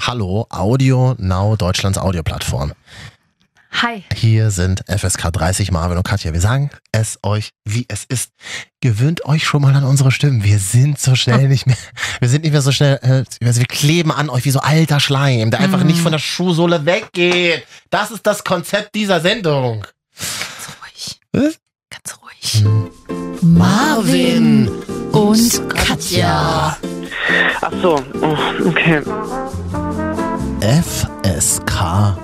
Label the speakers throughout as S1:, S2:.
S1: Hallo Audio Now, Deutschlands Audioplattform.
S2: Hi.
S1: Hier sind FSK 30 Marvin und Katja. Wir sagen es euch, wie es ist. Gewöhnt euch schon mal an unsere Stimmen. Wir sind so schnell nicht mehr. Wir sind nicht mehr so schnell. äh, Also wir kleben an euch wie so alter Schleim, der einfach
S2: Mhm.
S1: nicht von der Schuhsohle weggeht. Das ist das Konzept dieser Sendung.
S2: Ganz ruhig.
S1: Was?
S2: Ganz ruhig.
S1: Marvin
S2: und Katja.
S3: Ach so, oh, okay.
S1: FSK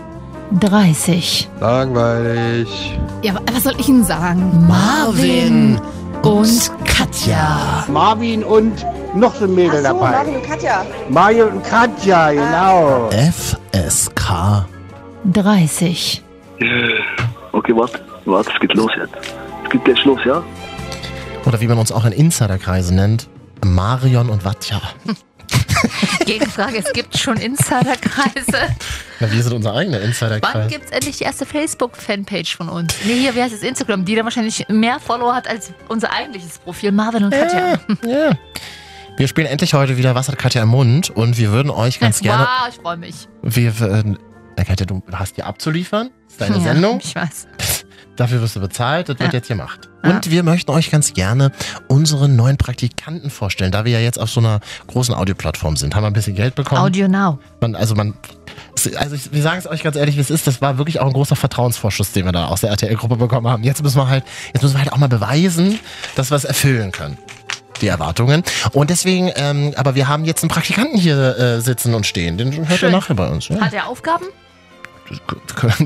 S2: 30.
S4: Langweilig.
S2: Ja, wa- was soll ich Ihnen sagen?
S1: Marvin
S2: und Katja.
S5: Marvin und noch so ein Mädel
S6: Ach so,
S5: dabei.
S6: Marvin und Katja. Ah.
S5: Mario und Katja, genau.
S1: FSK
S2: 30.
S7: Okay, warte, warte, es geht los jetzt. Es geht jetzt los, ja?
S1: oder wie man uns auch in Insiderkreisen nennt, Marion und Watja.
S2: Gegenfrage, es gibt schon Insiderkreise.
S1: Na, wir sind unser eigener
S2: Wann
S1: Insiderkreis.
S2: gibt es endlich die erste Facebook-Fanpage von uns? Nee, hier, wie heißt es? Instagram, die da wahrscheinlich mehr Follower hat als unser eigentliches Profil, Marvin und
S1: Äh,
S2: Katja. Hm.
S1: Ja. Wir spielen endlich heute wieder Was hat Katja im Mund und wir würden euch ganz gerne.
S2: Wow, ich freue mich.
S1: Wir würden. Na, Katja, du hast hier abzuliefern. Das ist deine
S2: Ja,
S1: Sendung.
S2: Ich weiß.
S1: Dafür wirst du bezahlt. Das wird
S2: Ja.
S1: jetzt gemacht.
S2: Ja.
S1: Und wir möchten euch ganz gerne unseren neuen Praktikanten vorstellen. Da wir ja jetzt auf so einer großen Audioplattform sind, haben wir ein bisschen Geld bekommen.
S2: Audio Now.
S1: Man, also man. Also ich, wir sagen es euch ganz ehrlich, wie es ist. Das war wirklich auch ein großer Vertrauensvorschuss, den wir da aus der RTL-Gruppe bekommen haben. Jetzt müssen wir halt, jetzt müssen wir halt auch mal beweisen, dass wir es erfüllen können. Die Erwartungen. Und deswegen, ähm, aber wir haben jetzt einen Praktikanten hier äh, sitzen und stehen. Den hört
S2: Schön.
S1: ihr nachher bei uns. Ja.
S2: Hat er Aufgaben?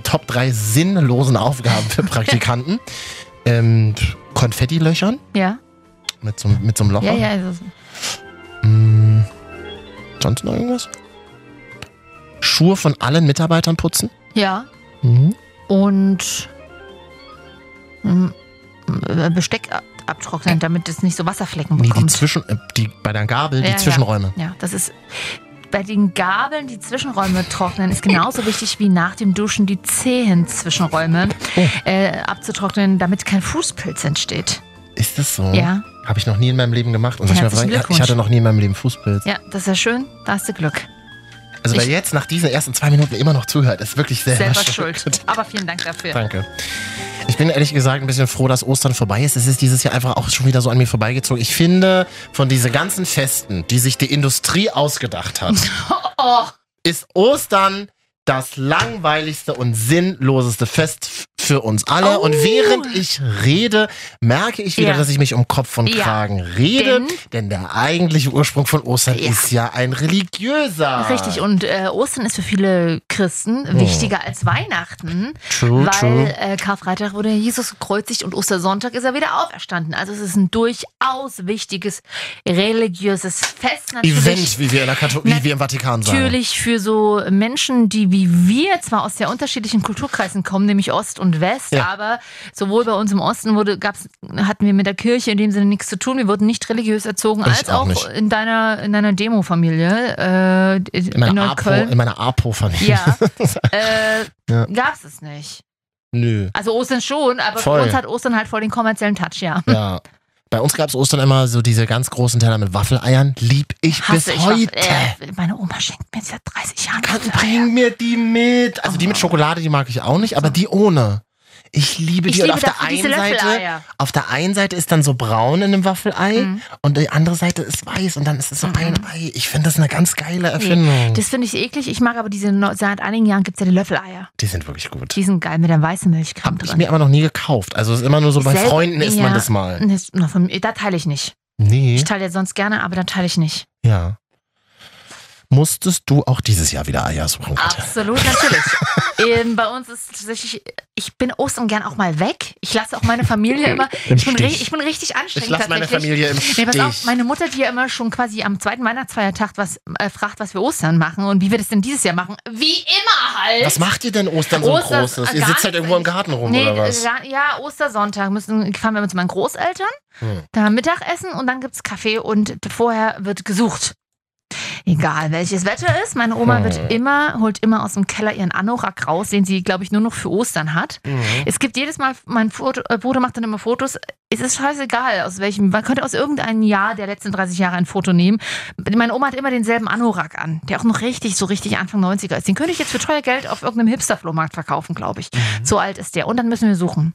S1: Top drei sinnlosen Aufgaben für Praktikanten. ähm, Konfettilöchern
S2: Ja.
S1: mit so, mit so einem Loch.
S2: Ja, ja. Also,
S1: Hm, sonst noch irgendwas? Schuhe von allen Mitarbeitern putzen.
S2: ja.
S1: Mhm.
S2: und mm, äh, Besteck ab- abtrocknen, damit es nicht so Wasserflecken
S1: Nee, die
S2: bekommt.
S1: Zwischen, äh, die, bei der Gabel,
S2: Ja,
S1: die
S2: ja.
S1: Zwischenräume.
S2: ja, das ist bei den Gabeln die Zwischenräume trocknen ist genauso wichtig wie nach dem Duschen die Zehen-Zwischenräume
S1: Oh.
S2: äh, abzutrocknen, damit kein Fußpilz entsteht.
S1: Ist das so?
S2: Ja,
S1: Habe ich noch nie in meinem Leben gemacht. Und soll ich, mal
S2: Herzlichen
S1: fragen, ich
S2: Glückwunsch.
S1: hatte noch nie in meinem Leben Fußpilz.
S2: ja, das ist ja schön. Da hast du Glück.
S1: Also wer
S2: Ich-
S1: jetzt nach diesen ersten zwei Minuten immer noch zuhört, ist wirklich selber,
S2: Selber schuld. Aber vielen Dank dafür.
S1: Danke. Ich bin ehrlich gesagt ein bisschen froh, dass Ostern vorbei ist. Es ist dieses Jahr einfach auch schon wieder so an mir vorbeigezogen. Ich finde, von diesen ganzen Festen, die sich die Industrie ausgedacht hat,
S2: Oh,
S1: ist Ostern das langweiligste und sinnloseste Fest f- für uns alle.
S2: Oh.
S1: Und während ich rede, merke ich wieder,
S2: Ja.
S1: dass ich mich um Kopf und
S2: Ja.
S1: Kragen rede.
S2: Denn-
S1: Denn, der eigentliche Ursprung von Ostern
S2: Ja.
S1: ist ja ein religiöser.
S2: richtig. Und äh, Ostern ist für viele Christen
S1: Oh.
S2: wichtiger als Weihnachten.
S1: True,
S2: Weil
S1: true.
S2: äh, Karfreitag wurde Jesus gekreuzigt und Ostersonntag ist er wieder auferstanden. Also es ist ein durchaus wichtiges religiöses Fest natürlich.
S1: Event, wie wir, in der Kathol wie wir im Vatikan sagen.
S2: Natürlich für so Menschen, die wie wir zwar aus sehr unterschiedlichen Kulturkreisen kommen, nämlich Ost und West,
S1: Ja.
S2: aber sowohl bei uns im Osten wurde, gab's, hatten wir mit der Kirche in dem Sinne nichts zu tun. Wir wurden nicht religiös erzogen,
S1: Ich
S2: als
S1: auch
S2: auch,
S1: nicht.
S2: in deiner in deiner Demo-Familie äh, in,
S1: In meiner Apo,
S2: Neukölln.
S1: in meiner Apo-Familie.
S2: ja, äh,
S1: Ja.
S2: gab's es nicht.
S1: Nö.
S2: Also Ostern schon, aber
S1: Voll.
S2: für uns hat Ostern halt voll den kommerziellen Touch, ja.
S1: Ja. Bei uns gab es Ostern immer so diese ganz großen Teller mit Waffeleiern. Lieb ich
S2: Hasse
S1: bis
S2: ich
S1: heute.
S2: Was, äh, meine Oma schenkt mir seit 30 Jahren.
S1: Kann,
S2: Waffeln.
S1: bring mir die mit. Also
S2: Oh.
S1: die mit Schokolade, die mag ich auch nicht, aber die ohne. Ich liebe die.
S2: Ich
S1: Und
S2: liebe
S1: auf der
S2: dafür diese
S1: einen Seite,
S2: Löffeleier.
S1: auf der einen Seite ist dann so braun in einem Waffelei
S2: Mhm.
S1: und die andere Seite ist weiß und dann ist es so
S2: Mhm.
S1: ein Ei. Ich finde das eine ganz geile Erfindung.
S2: Das finde ich eklig. Ich mag aber diese, neu- seit einigen Jahren gibt es ja die Löffeleier.
S1: die sind wirklich gut.
S2: Die sind geil mit der weißen Milchcreme
S1: Hab ich
S2: drin.
S1: mir aber noch nie gekauft. Also es ist immer nur so bei
S2: Selb-
S1: Freunden isst man
S2: ja.
S1: das mal.
S2: Das- na, von mir- da teile ich nicht.
S1: Nee.
S2: Ich teile ja sonst gerne, aber da teile ich nicht.
S1: Ja. Musstest du auch dieses Jahr wieder Eier suchen? Katja?
S2: Absolut, natürlich. ähm, bei uns ist tatsächlich, ich bin Ostern gern auch mal weg. Ich lasse auch meine Familie immer. Ich bin, ri-
S1: Stich.
S2: ich bin richtig anstrengend.
S1: Ich lasse meine
S2: tatsächlich.
S1: Familie im
S2: Nee,
S1: Stich.
S2: pass auf, meine Mutter, die ja immer schon quasi am zweiten Weihnachtsfeiertag was äh, fragt, was wir Ostern machen und wie wir das denn dieses Jahr machen. Wie immer halt.
S1: was macht ihr denn Ostern so ein
S2: Ostern-
S1: großes? Ihr
S2: gar
S1: sitzt halt
S2: nicht.
S1: irgendwo im Garten rum
S2: nee,
S1: oder was?
S2: Ja, ja, Ostersonntag müssen, fahren wir mit meinen Großeltern,
S1: Hm.
S2: da Mittagessen und dann gibt's Kaffee und vorher wird gesucht. Egal welches Wetter ist, meine Oma
S1: Hm.
S2: wird immer, holt immer aus dem Keller ihren Anorak raus, den sie, glaube ich, nur noch für Ostern hat.
S1: Mhm.
S2: Es gibt jedes Mal, mein Foto, äh, Bruder macht dann immer Fotos. Es ist scheißegal, aus welchem, man könnte aus irgendeinem Jahr der letzten 30 Jahre ein Foto nehmen. Meine Oma hat immer denselben Anorak an, der auch noch richtig, so richtig Anfang 90er ist. Den könnte ich jetzt für teuer Geld auf irgendeinem Hipster-Flohmarkt verkaufen, glaube ich. So alt ist der. Und dann müssen wir suchen.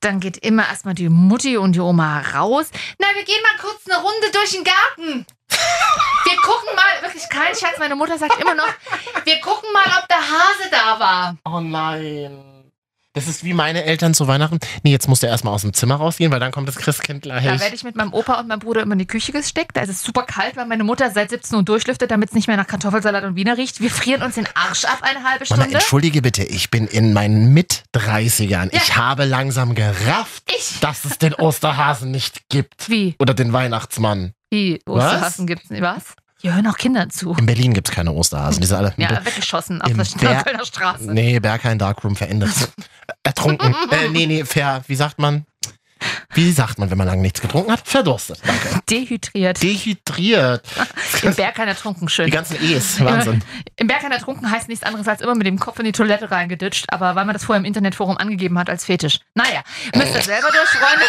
S2: Dann geht immer erstmal die Mutti und die Oma raus. Na, wir gehen mal kurz eine Runde durch den Garten. Wir gucken mal, wirklich kein Scherz, meine Mutter sagt immer noch, wir gucken mal, ob der Hase da war.
S1: Oh nein. Das ist wie meine Eltern zu Weihnachten. Nee, jetzt muss der erstmal aus dem Zimmer rausgehen, weil dann kommt das Christkind gleich.
S2: Da werde ich mit meinem Opa und meinem Bruder immer in die Küche gesteckt. Da ist es super kalt, weil meine Mutter seit 17 Uhr durchlüftet, damit es nicht mehr nach Kartoffelsalat und Wiener riecht. Wir frieren uns den Arsch ab eine halbe
S1: Mama,
S2: Stunde.
S1: entschuldige bitte, ich bin in meinen Mit-30ern. Ich habe langsam gerafft,
S2: Ich-
S1: dass es den Osterhasen nicht gibt.
S2: Wie?
S1: Oder den Weihnachtsmann.
S2: Die Osterhassen gibt's nicht, was? Hier hören auch Kinder zu.
S1: In Berlin gibt es keine Osterhasen. Die sind alle.
S2: Ja, weggeschossen auf
S1: Im
S2: der
S1: Ber-
S2: Kölner Straße.
S1: Nee, Berghain Darkroom verändert. Ertrunken. äh, nee, nee, ver. Wie sagt man? Wie sagt man, wenn man lange nichts getrunken hat? Verdurstet. Danke.
S2: Dehydriert.
S1: Dehydriert.
S2: Im Berg keiner trunken, schön.
S1: Die ganzen E's. Wahnsinn.
S2: Im Berg einer trunken heißt nichts anderes als immer mit dem Kopf in die Toilette reingeditscht, aber weil man das vorher im Internetforum angegeben hat als Fetisch. Naja, müsst ihr selber durch, Freunde.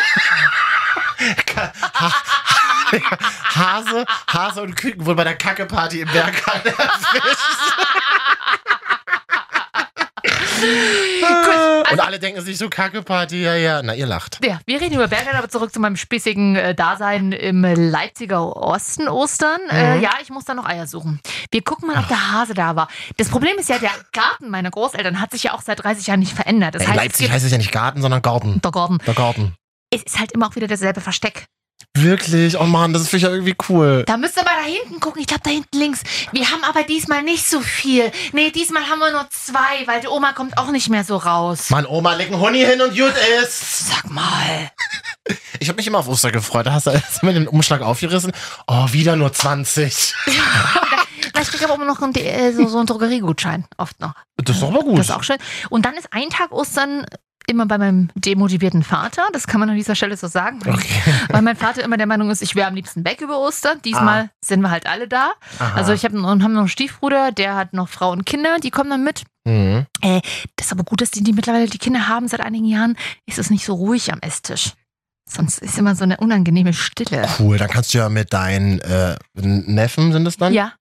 S1: Hase, Hase und Küken wurden bei der Kacke-Party im Berghain erwischt. und alle denken sich so, Kacke-Party, ja, ja. Na, ihr lacht.
S2: Ja, wir reden über Berghain, aber zurück zu meinem spießigen äh, Dasein im Leipziger Osten, Ostern. Äh, ja, ich muss da noch Eier suchen. Wir gucken mal, ob der Hase da war. Das Problem ist ja, der Garten meiner Großeltern hat sich ja auch seit 30 Jahren nicht verändert. Das
S1: In
S2: heißt,
S1: Leipzig
S2: es gibt
S1: heißt es ja nicht Garten, sondern Garten.
S2: der Garten.
S1: Der Garten.
S2: Es ist halt immer auch wieder derselbe Versteck.
S1: Wirklich? Oh Mann, das ist sicher irgendwie cool.
S2: Da müsst ihr mal da hinten gucken. Ich glaube, da hinten links. Wir haben aber diesmal nicht so viel. Nee, diesmal haben wir nur zwei, weil die Oma kommt auch nicht mehr so raus.
S1: Mann, Oma, leg einen Honig hin und gut ist.
S2: Sag mal.
S1: Ich habe mich immer auf Ostern gefreut. Da hast du hast du immer den Umschlag aufgerissen. Oh, wieder nur 20.
S2: Vielleicht kriege ich aber immer noch einen, D- äh, so, so einen Drogeriegutschein. Oft noch.
S1: Das ist doch aber Oh, gut.
S2: Das ist auch schön. Und dann ist ein Tag Ostern immer bei meinem demotivierten Vater. Das kann man an dieser Stelle so sagen.
S1: okay. Ah.
S2: Weil mein Vater immer der Meinung ist, ich wäre am liebsten weg über Ostern. Diesmal sind wir halt alle da.
S1: Aha.
S2: Also ich habe und haben noch einen Stiefbruder, der hat noch Frau und Kinder, die kommen dann mit.
S1: Mhm.
S2: Das ist aber gut, dass die, die mittlerweile die Kinder haben seit einigen Jahren, ist es nicht so ruhig am Esstisch. Sonst ist immer so eine unangenehme Stille.
S1: Cool, dann kannst du ja mit deinen äh, Neffen, sind es dann?
S2: Ja,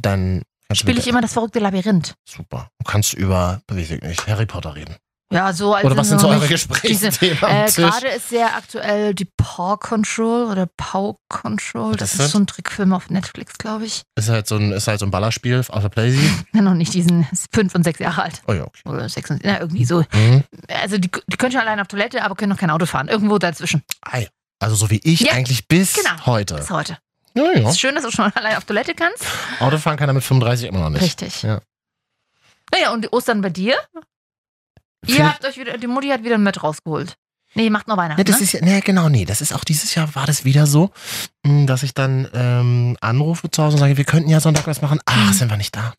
S1: Dann kannst du
S2: spiele
S1: mit
S2: ich immer das verrückte Labyrinth.
S1: Super. Du kannst über, weiß ich nicht, Harry Potter reden.
S2: Ja, so als
S1: Oder was sind so
S2: noch
S1: eure
S2: nicht
S1: Gesprächsthemen am
S2: Also Äh,
S1: Tisch?
S2: Gerade ist sehr aktuell die Paw Control oder Paw Control. Das,
S1: Das
S2: ist
S1: ist-
S2: so ein Trickfilm auf Netflix, glaube ich.
S1: Ist halt so ein, ist halt so ein Ballerspiel auf der Playsee.
S2: Ja, noch nicht diesen, ist fünf und sechs Jahre alt.
S1: Oh ja, okay.
S2: Oder sechs und, na, irgendwie so.
S1: Mhm.
S2: Also die, die können schon allein auf Toilette, aber können noch kein Auto fahren. Irgendwo dazwischen.
S1: Ei. Also so wie ich
S2: Ja,
S1: eigentlich bis
S2: genau.
S1: heute.
S2: Bis heute.
S1: Ja, ja.
S2: Ist schön, dass du schon allein auf Toilette kannst.
S1: Autofahren kann er mit 35 immer noch nicht.
S2: Richtig.
S1: Ja.
S2: Naja, und Ostern bei dir? Ihr
S1: Find-
S2: habt euch wieder, die Mutti hat wieder mit rausgeholt. Nee, ihr macht noch Weihnachten.
S1: Ja, das
S2: ne?
S1: ist ja, nee, genau, nee, das ist auch dieses Jahr war das wieder so, mh, dass ich dann ähm, anrufe zu Hause und sage, wir könnten ja Sonntag was machen. Ach,
S2: Mhm.
S1: sind wir nicht da?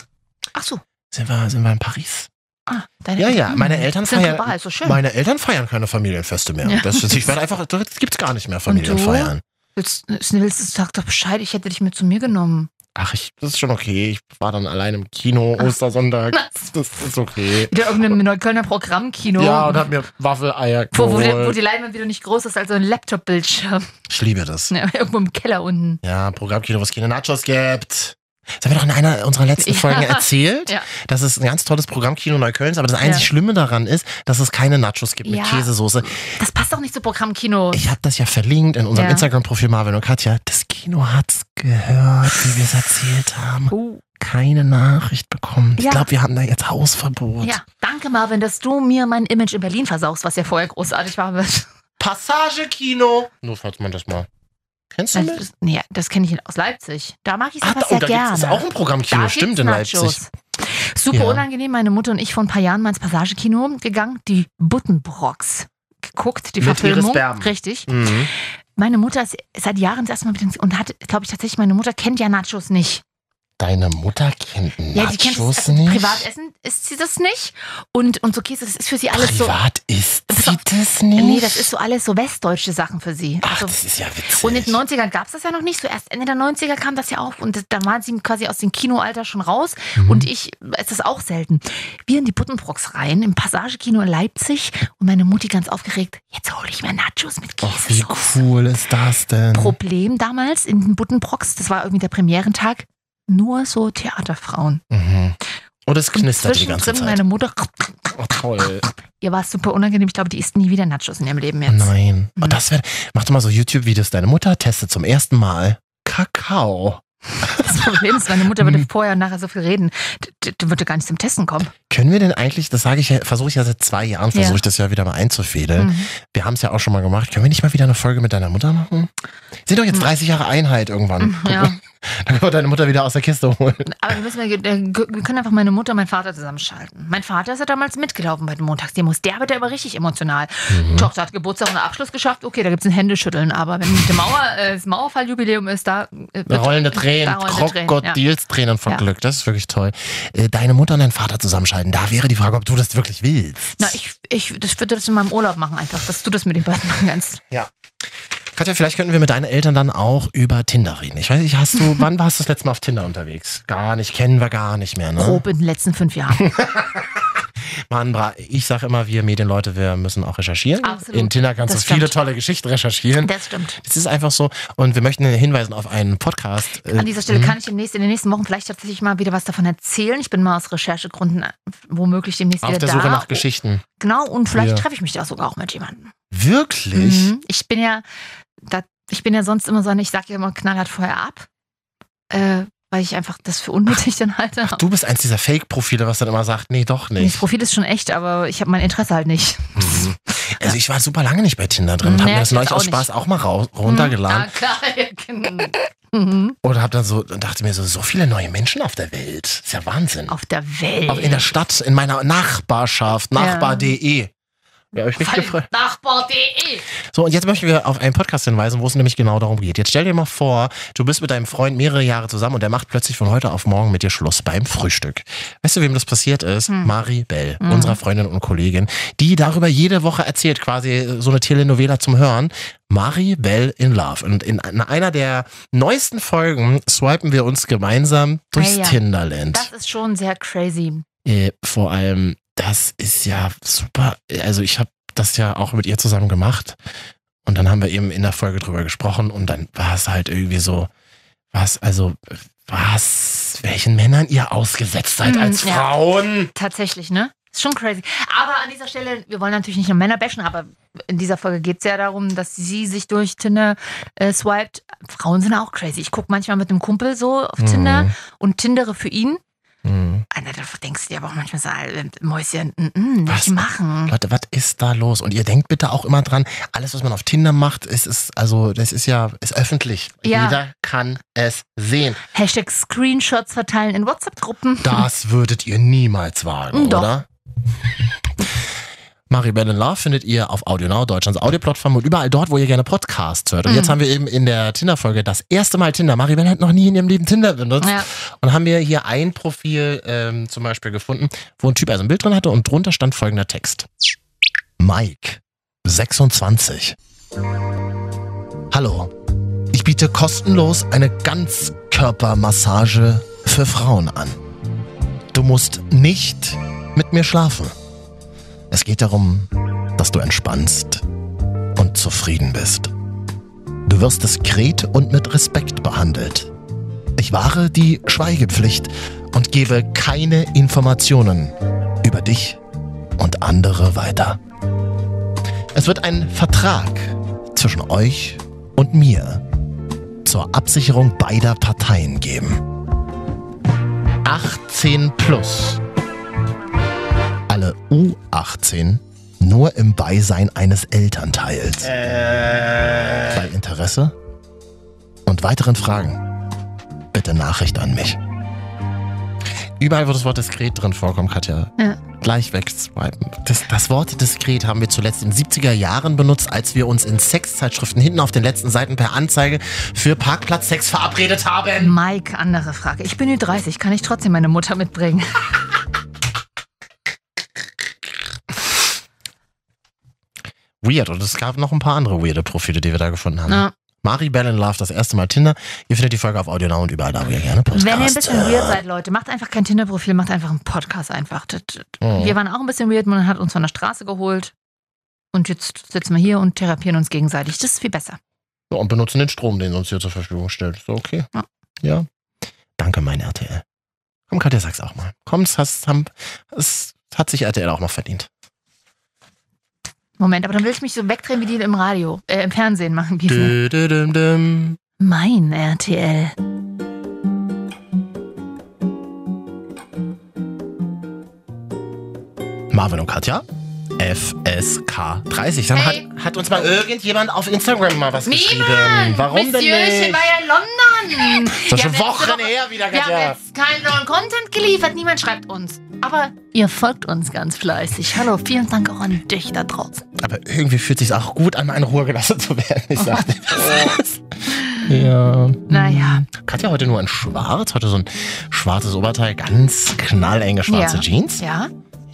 S2: Ach so.
S1: Sind wir, sind wir in Paris?
S2: Ah, deine
S1: Ja, ja, meine
S2: Hm.
S1: Eltern
S2: sind
S1: feiern-
S2: global, ist so schön.
S1: Meine Eltern feiern keine Familienfeste mehr.
S2: Ja.
S1: Das, ist- ich werde einfach, das gibt's gar nicht mehr
S2: du?
S1: Familienfeiern.
S2: Willst, willst, sag doch Bescheid, ich hätte dich mit zu mir genommen.
S1: Ach, ich, das ist schon okay. Ich war dann allein im Kino Ostersonntag. Das ist okay.
S2: Wieder irgendeinem Neuköllner Programmkino.
S1: Ja, und hab mir Waffeleier
S2: wo, wo,
S1: geholt.
S2: der, wo die Leinwand wieder nicht groß ist, also ein Laptop-Bildschirm.
S1: Ich liebe das.
S2: Ja, irgendwo im Keller unten.
S1: Ja, Programmkino, wo es keine Nachos gibt. Das haben wir doch in einer unserer letzten
S2: Ja.
S1: Folgen erzählt,
S2: Ja.
S1: dass es ein ganz tolles Programmkino Neuköllns, aber das einzig
S2: Ja.
S1: Schlimme daran ist, dass es keine Nachos gibt
S2: Ja.
S1: mit Käsesoße.
S2: Das passt doch nicht zu Programmkino.
S1: Ich habe das ja verlinkt in unserem
S2: Ja.
S1: Instagram-Profil Marvin und Katja. Das Kino hat's gehört, wie wir es erzählt haben.
S2: Oh.
S1: Keine Nachricht bekommen. Ich
S2: Ja.
S1: glaube, wir haben da jetzt Hausverbot.
S2: Ja, danke Marvin, dass du mir mein Image in Berlin versaust, was ja vorher großartig war.
S1: Passagekino. Nur falls man das mal. Kennst du
S2: Also,
S1: das?
S2: das- nee, das kenne ich aus Leipzig. Da mag ich es
S1: Ah,
S2: aber
S1: da,
S2: sehr
S1: oh, da
S2: gerne.
S1: gibt es auch ein Programmkino,
S2: Da
S1: stimmt,
S2: gibt's
S1: in
S2: Nachos.
S1: Leipzig.
S2: Super
S1: Ja.
S2: unangenehm. Meine Mutter und ich vor ein paar Jahren mal ins Passagekino gegangen, die Buttenbrocks geguckt, die
S1: Mit
S2: Verfilmung.
S1: Iris Berben.
S2: Richtig.
S1: Mhm.
S2: Meine Mutter ist seit Jahren das erste Mal mit uns und hat, glaube ich, tatsächlich, meine Mutter kennt ja Nachos nicht.
S1: Deine Mutter kennt
S2: Ja, die kennt
S1: Nachos
S2: das, also
S1: nicht.
S2: Privatessen isst sie das nicht. Und, und so Käse, das ist für sie alles so.
S1: Privat isst
S2: Das ist
S1: sie
S2: doch-
S1: das nicht?
S2: Nee, das ist so alles so westdeutsche Sachen für sie.
S1: Ach,
S2: Also-
S1: das ist ja witzig.
S2: und in den 90ern gab es das ja noch nicht. So erst Ende der 90er kam das ja auf. Und das- da waren sie quasi aus dem Kinoalter schon raus.
S1: Mhm.
S2: Und ich esse das auch selten. Wir in die Buttenbrocks rein, im Passagekino in Leipzig. Und meine Mutti ganz aufgeregt, jetzt hole ich mir Nachos mit
S1: Ach, wie
S2: Käsesauce.
S1: cool ist das denn?
S2: Problem damals in den Buttenbrocks, das war irgendwie der Premierentag, nur so Theaterfrauen.
S1: Mhm. Und es
S2: Und
S1: knistert die ganze
S2: zwischendrin
S1: Zeit.
S2: meine Mutter,
S1: Oh, toll.
S2: ihr war es super unangenehm. Ich glaube, die isst nie wieder Nachos in ihrem Leben jetzt.
S1: Oh Nein.
S2: Mhm.
S1: Und das wär, mach doch mal so YouTube-Videos. Deine Mutter testet zum ersten Mal Kakao.
S2: Das Problem ist, meine Mutter würde
S1: Hm.
S2: vorher und nachher so viel reden, d- d- die würde gar nicht zum Testen kommen.
S1: Können wir denn eigentlich, das sage ich ja, versuche ich ja seit zwei Jahren, versuche ich das ja wieder mal einzufädeln.
S2: Mhm.
S1: Wir haben es ja auch schon mal gemacht. Können wir nicht mal wieder eine Folge mit deiner Mutter machen? Sind doch jetzt
S2: Mhm.
S1: 30 Jahre Einheit irgendwann.
S2: Ja,
S1: Dann können wir deine Mutter wieder aus der Kiste holen.
S2: aber wir, müssen, mal- äh, wir können einfach meine Mutter und meinen Vater zusammenschalten. Mein Vater ist ja damals mitgelaufen bei den Montagsdemos. Der wird ja aber richtig emotional.
S1: Mhm.
S2: Tochter hat Geburtstag und Abschluss geschafft. Okay, da gibt es ein Händeschütteln. Aber wenn die Mauer, äh, das Mauerfalljubiläum ist, da äh,
S1: Da
S2: wird-
S1: rollende Tränen,
S2: da rollende Tränen,
S1: Krokodilstränen von
S2: Ja.
S1: Glück. Das ist wirklich toll. Äh, Deine Mutter und dein Vater zusammenschalten. Da wäre die Frage, ob du das wirklich willst.
S2: Na, ich, ich das würde das in meinem Urlaub machen einfach, dass du das mit den beiden machen kannst.
S1: Katja, vielleicht könnten wir mit deinen Eltern dann auch über Tinder reden. Ich weiß nicht, hast du, wann warst du das letzte Mal auf Tinder unterwegs? Gar nicht, kennen wir gar nicht mehr, ne?
S2: Grob in den letzten fünf Jahren.
S1: Mann, bra- ich sag immer, wir Medienleute, wir müssen auch recherchieren.
S2: Absolut.
S1: In Tinder kannst
S2: Das
S1: du viele
S2: stimmt.
S1: tolle Geschichten recherchieren.
S2: Das stimmt.
S1: Es ist einfach so. Und wir möchten hinweisen auf einen Podcast. äh,
S2: An dieser Stelle kann ich demnächst in den nächsten Wochen vielleicht tatsächlich mal wieder was davon erzählen. Ich bin mal aus Recherchegründen äh, womöglich demnächst
S1: auf
S2: wieder
S1: der
S2: da.
S1: Suche nach Geschichten.
S2: Genau, und vielleicht
S1: Ja.
S2: treffe ich mich da sogar auch mit jemandem.
S1: Wirklich?
S2: Mhm. Ich bin ja, da, ich bin ja sonst immer so, eine- ich sage ja immer knallhart vorher ab, äh, weil ich einfach das für unnötig dann halte.
S1: Ach, du bist eins dieser Fake-Profile, was dann immer sagt, nee, doch
S2: das
S1: nicht.
S2: Profil ist schon echt, aber ich habe mein Interesse halt nicht.
S1: Mhm. Also ich war super lange nicht bei Tinder drin und hab
S2: Nee,
S1: mir das
S2: ich
S1: neulich
S2: auch
S1: aus
S2: nicht.
S1: Spaß auch mal raus, runtergeladen.
S2: Ah, klar. ja, genau. mhm.
S1: Oder hab dann so, dachte mir so, so viele neue Menschen auf der Welt. Ist ja Wahnsinn.
S2: Auf der Welt.
S1: Auch in der Stadt, in meiner Nachbarschaft,
S2: Ja.
S1: nachbar.de. Ja, hab ich mich
S2: Fall-
S1: gefreut.
S2: Nachbar.de.
S1: So, und jetzt möchten wir auf einen Podcast hinweisen, wo es nämlich genau darum geht. Jetzt stell dir mal vor, du bist mit deinem Freund mehrere Jahre zusammen und der macht plötzlich von heute auf morgen mit dir Schluss beim Frühstück. Weißt du, wem das passiert ist?
S2: Hm.
S1: Marie Bell, unserer Freundin und Kollegin, die darüber jede Woche erzählt, quasi äh, so eine Telenovela zum Hören. Marie Bell in Love. Und in in einer der neuesten Folgen swipen wir uns gemeinsam durchs
S2: Ah ja.
S1: Tinderland.
S2: Das ist schon sehr crazy.
S1: Äh, vor allem, das ist ja super. Also ich habe das ja auch mit ihr zusammen gemacht. Und dann haben wir eben in der Folge drüber gesprochen und dann war es halt irgendwie so, was, also, was, welchen Männern ihr ausgesetzt seid
S2: Hm,
S1: als
S2: ja.
S1: Frauen.
S2: Tatsächlich, ne? Ist schon crazy. Aber an dieser Stelle, wir wollen natürlich nicht nur Männer bashen, aber in dieser Folge geht es ja darum, dass sie sich durch Tinder äh, swiped. Frauen sind auch crazy. Ich gucke manchmal mit einem Kumpel so auf Tinder und tindere für ihn.
S1: Mhm.
S2: Alter, da denkst du dir aber auch manchmal so, äh, Mäuschen, mm, mm,
S1: Was?
S2: nicht machen.
S1: Leute, was ist da los? Und ihr denkt bitte auch immer dran, alles, was man auf Tinder macht, ist, ist also, das ist ja, ist öffentlich.
S2: Ja.
S1: Jeder kann es sehen.
S2: Hashtag Screenshots verteilen in WhatsApp-Gruppen.
S1: Das würdet ihr niemals wagen,
S2: Mm, doch.
S1: oder? Maribel in Love findet ihr auf AudioNow, Deutschlands Audioplattform und überall dort, wo ihr gerne Podcasts hört. Und
S2: Mhm.
S1: jetzt haben wir eben in der Tinder-Folge das erste Mal Tinder. Maribel hat noch nie in ihrem Leben Tinder benutzt.
S2: Ja.
S1: Und haben wir hier ein Profil ähm, zum Beispiel gefunden, wo ein Typ also ein Bild drin hatte und drunter stand folgender Text. Mike, 26. Hallo, ich biete kostenlos eine Ganzkörpermassage für Frauen an. Du musst nicht mit mir schlafen. Es geht darum, dass du entspannst und zufrieden bist. Du wirst diskret und mit Respekt behandelt. Ich wahre die Schweigepflicht und gebe keine Informationen über dich und andere weiter. Es wird ein Vertrag zwischen euch und mir zur Absicherung beider Parteien geben. 18 plus. Alle U18 nur im Beisein eines Elternteils. Bei Interesse und weiteren Fragen bitte Nachricht an mich. Überall, wo das Wort diskret drin vorkommt, Katja,
S2: Ja.
S1: gleich wegswipen. Das, das Wort diskret haben wir zuletzt in den 70er Jahren benutzt, als wir uns in Sexzeitschriften hinten auf den letzten Seiten per Anzeige für Parkplatzsex verabredet haben.
S2: Mike, andere Frage. Ich bin Ü30, kann ich trotzdem meine Mutter mitbringen?
S1: Weird. Und es gab noch ein paar andere weirde Profile, die wir da gefunden haben.
S2: Na,
S1: Mari Bell in Love, das erste Mal Tinder. Ihr findet die Folge auf Audio Now und überall da, wo ihr gerne Podcast.
S2: wenn ihr ein bisschen weird seid, Leute, macht einfach kein Tinder-Profil, macht einfach einen Podcast einfach. Das- das-
S1: Mhm.
S2: Wir waren auch ein bisschen weird, man hat uns von der Straße geholt. Und jetzt sitzen wir hier und therapieren uns gegenseitig. Das ist viel besser.
S1: Ja, und benutzen den Strom, den uns hier zur Verfügung stellt. Ist doch okay.
S2: Ja.
S1: Ja. Danke, mein RTL. Komm, Katja, sag's auch mal. Komm, es, hast, ham- es hat sich RTL auch mal verdient.
S2: Moment, aber dann will ich mich so wegdrehen, wie die im Radio, äh, im Fernsehen machen. Wie sie-
S1: Dö, dö, düm, düm.
S2: mein RTL.
S1: Marvin und Katja. FSK 30. Sag mal,
S2: Hey.
S1: hat, hat uns mal irgendjemand auf Instagram mal was geschrieben?
S2: Niemand!
S1: Warum denn
S2: Monsieur,
S1: nicht?
S2: ich war ja in London.
S1: Das ist
S2: Wir
S1: schon
S2: haben letzte
S1: Wochen
S2: Woche-
S1: her wieder,
S2: Wir
S1: Katja.
S2: haben jetzt keinen neuen Content geliefert, niemand schreibt uns. Aber ihr folgt uns ganz fleißig. Hallo, vielen Dank auch an dich da draußen.
S1: Aber irgendwie fühlt sich's auch gut an, mal in Ruhe gelassen zu werden. Ich sag dir das. Ja.
S2: Naja,
S1: Katja heute nur in schwarz, heute so ein schwarzes Oberteil, ganz knallenge schwarze
S2: Ja.
S1: Jeans.
S2: ja.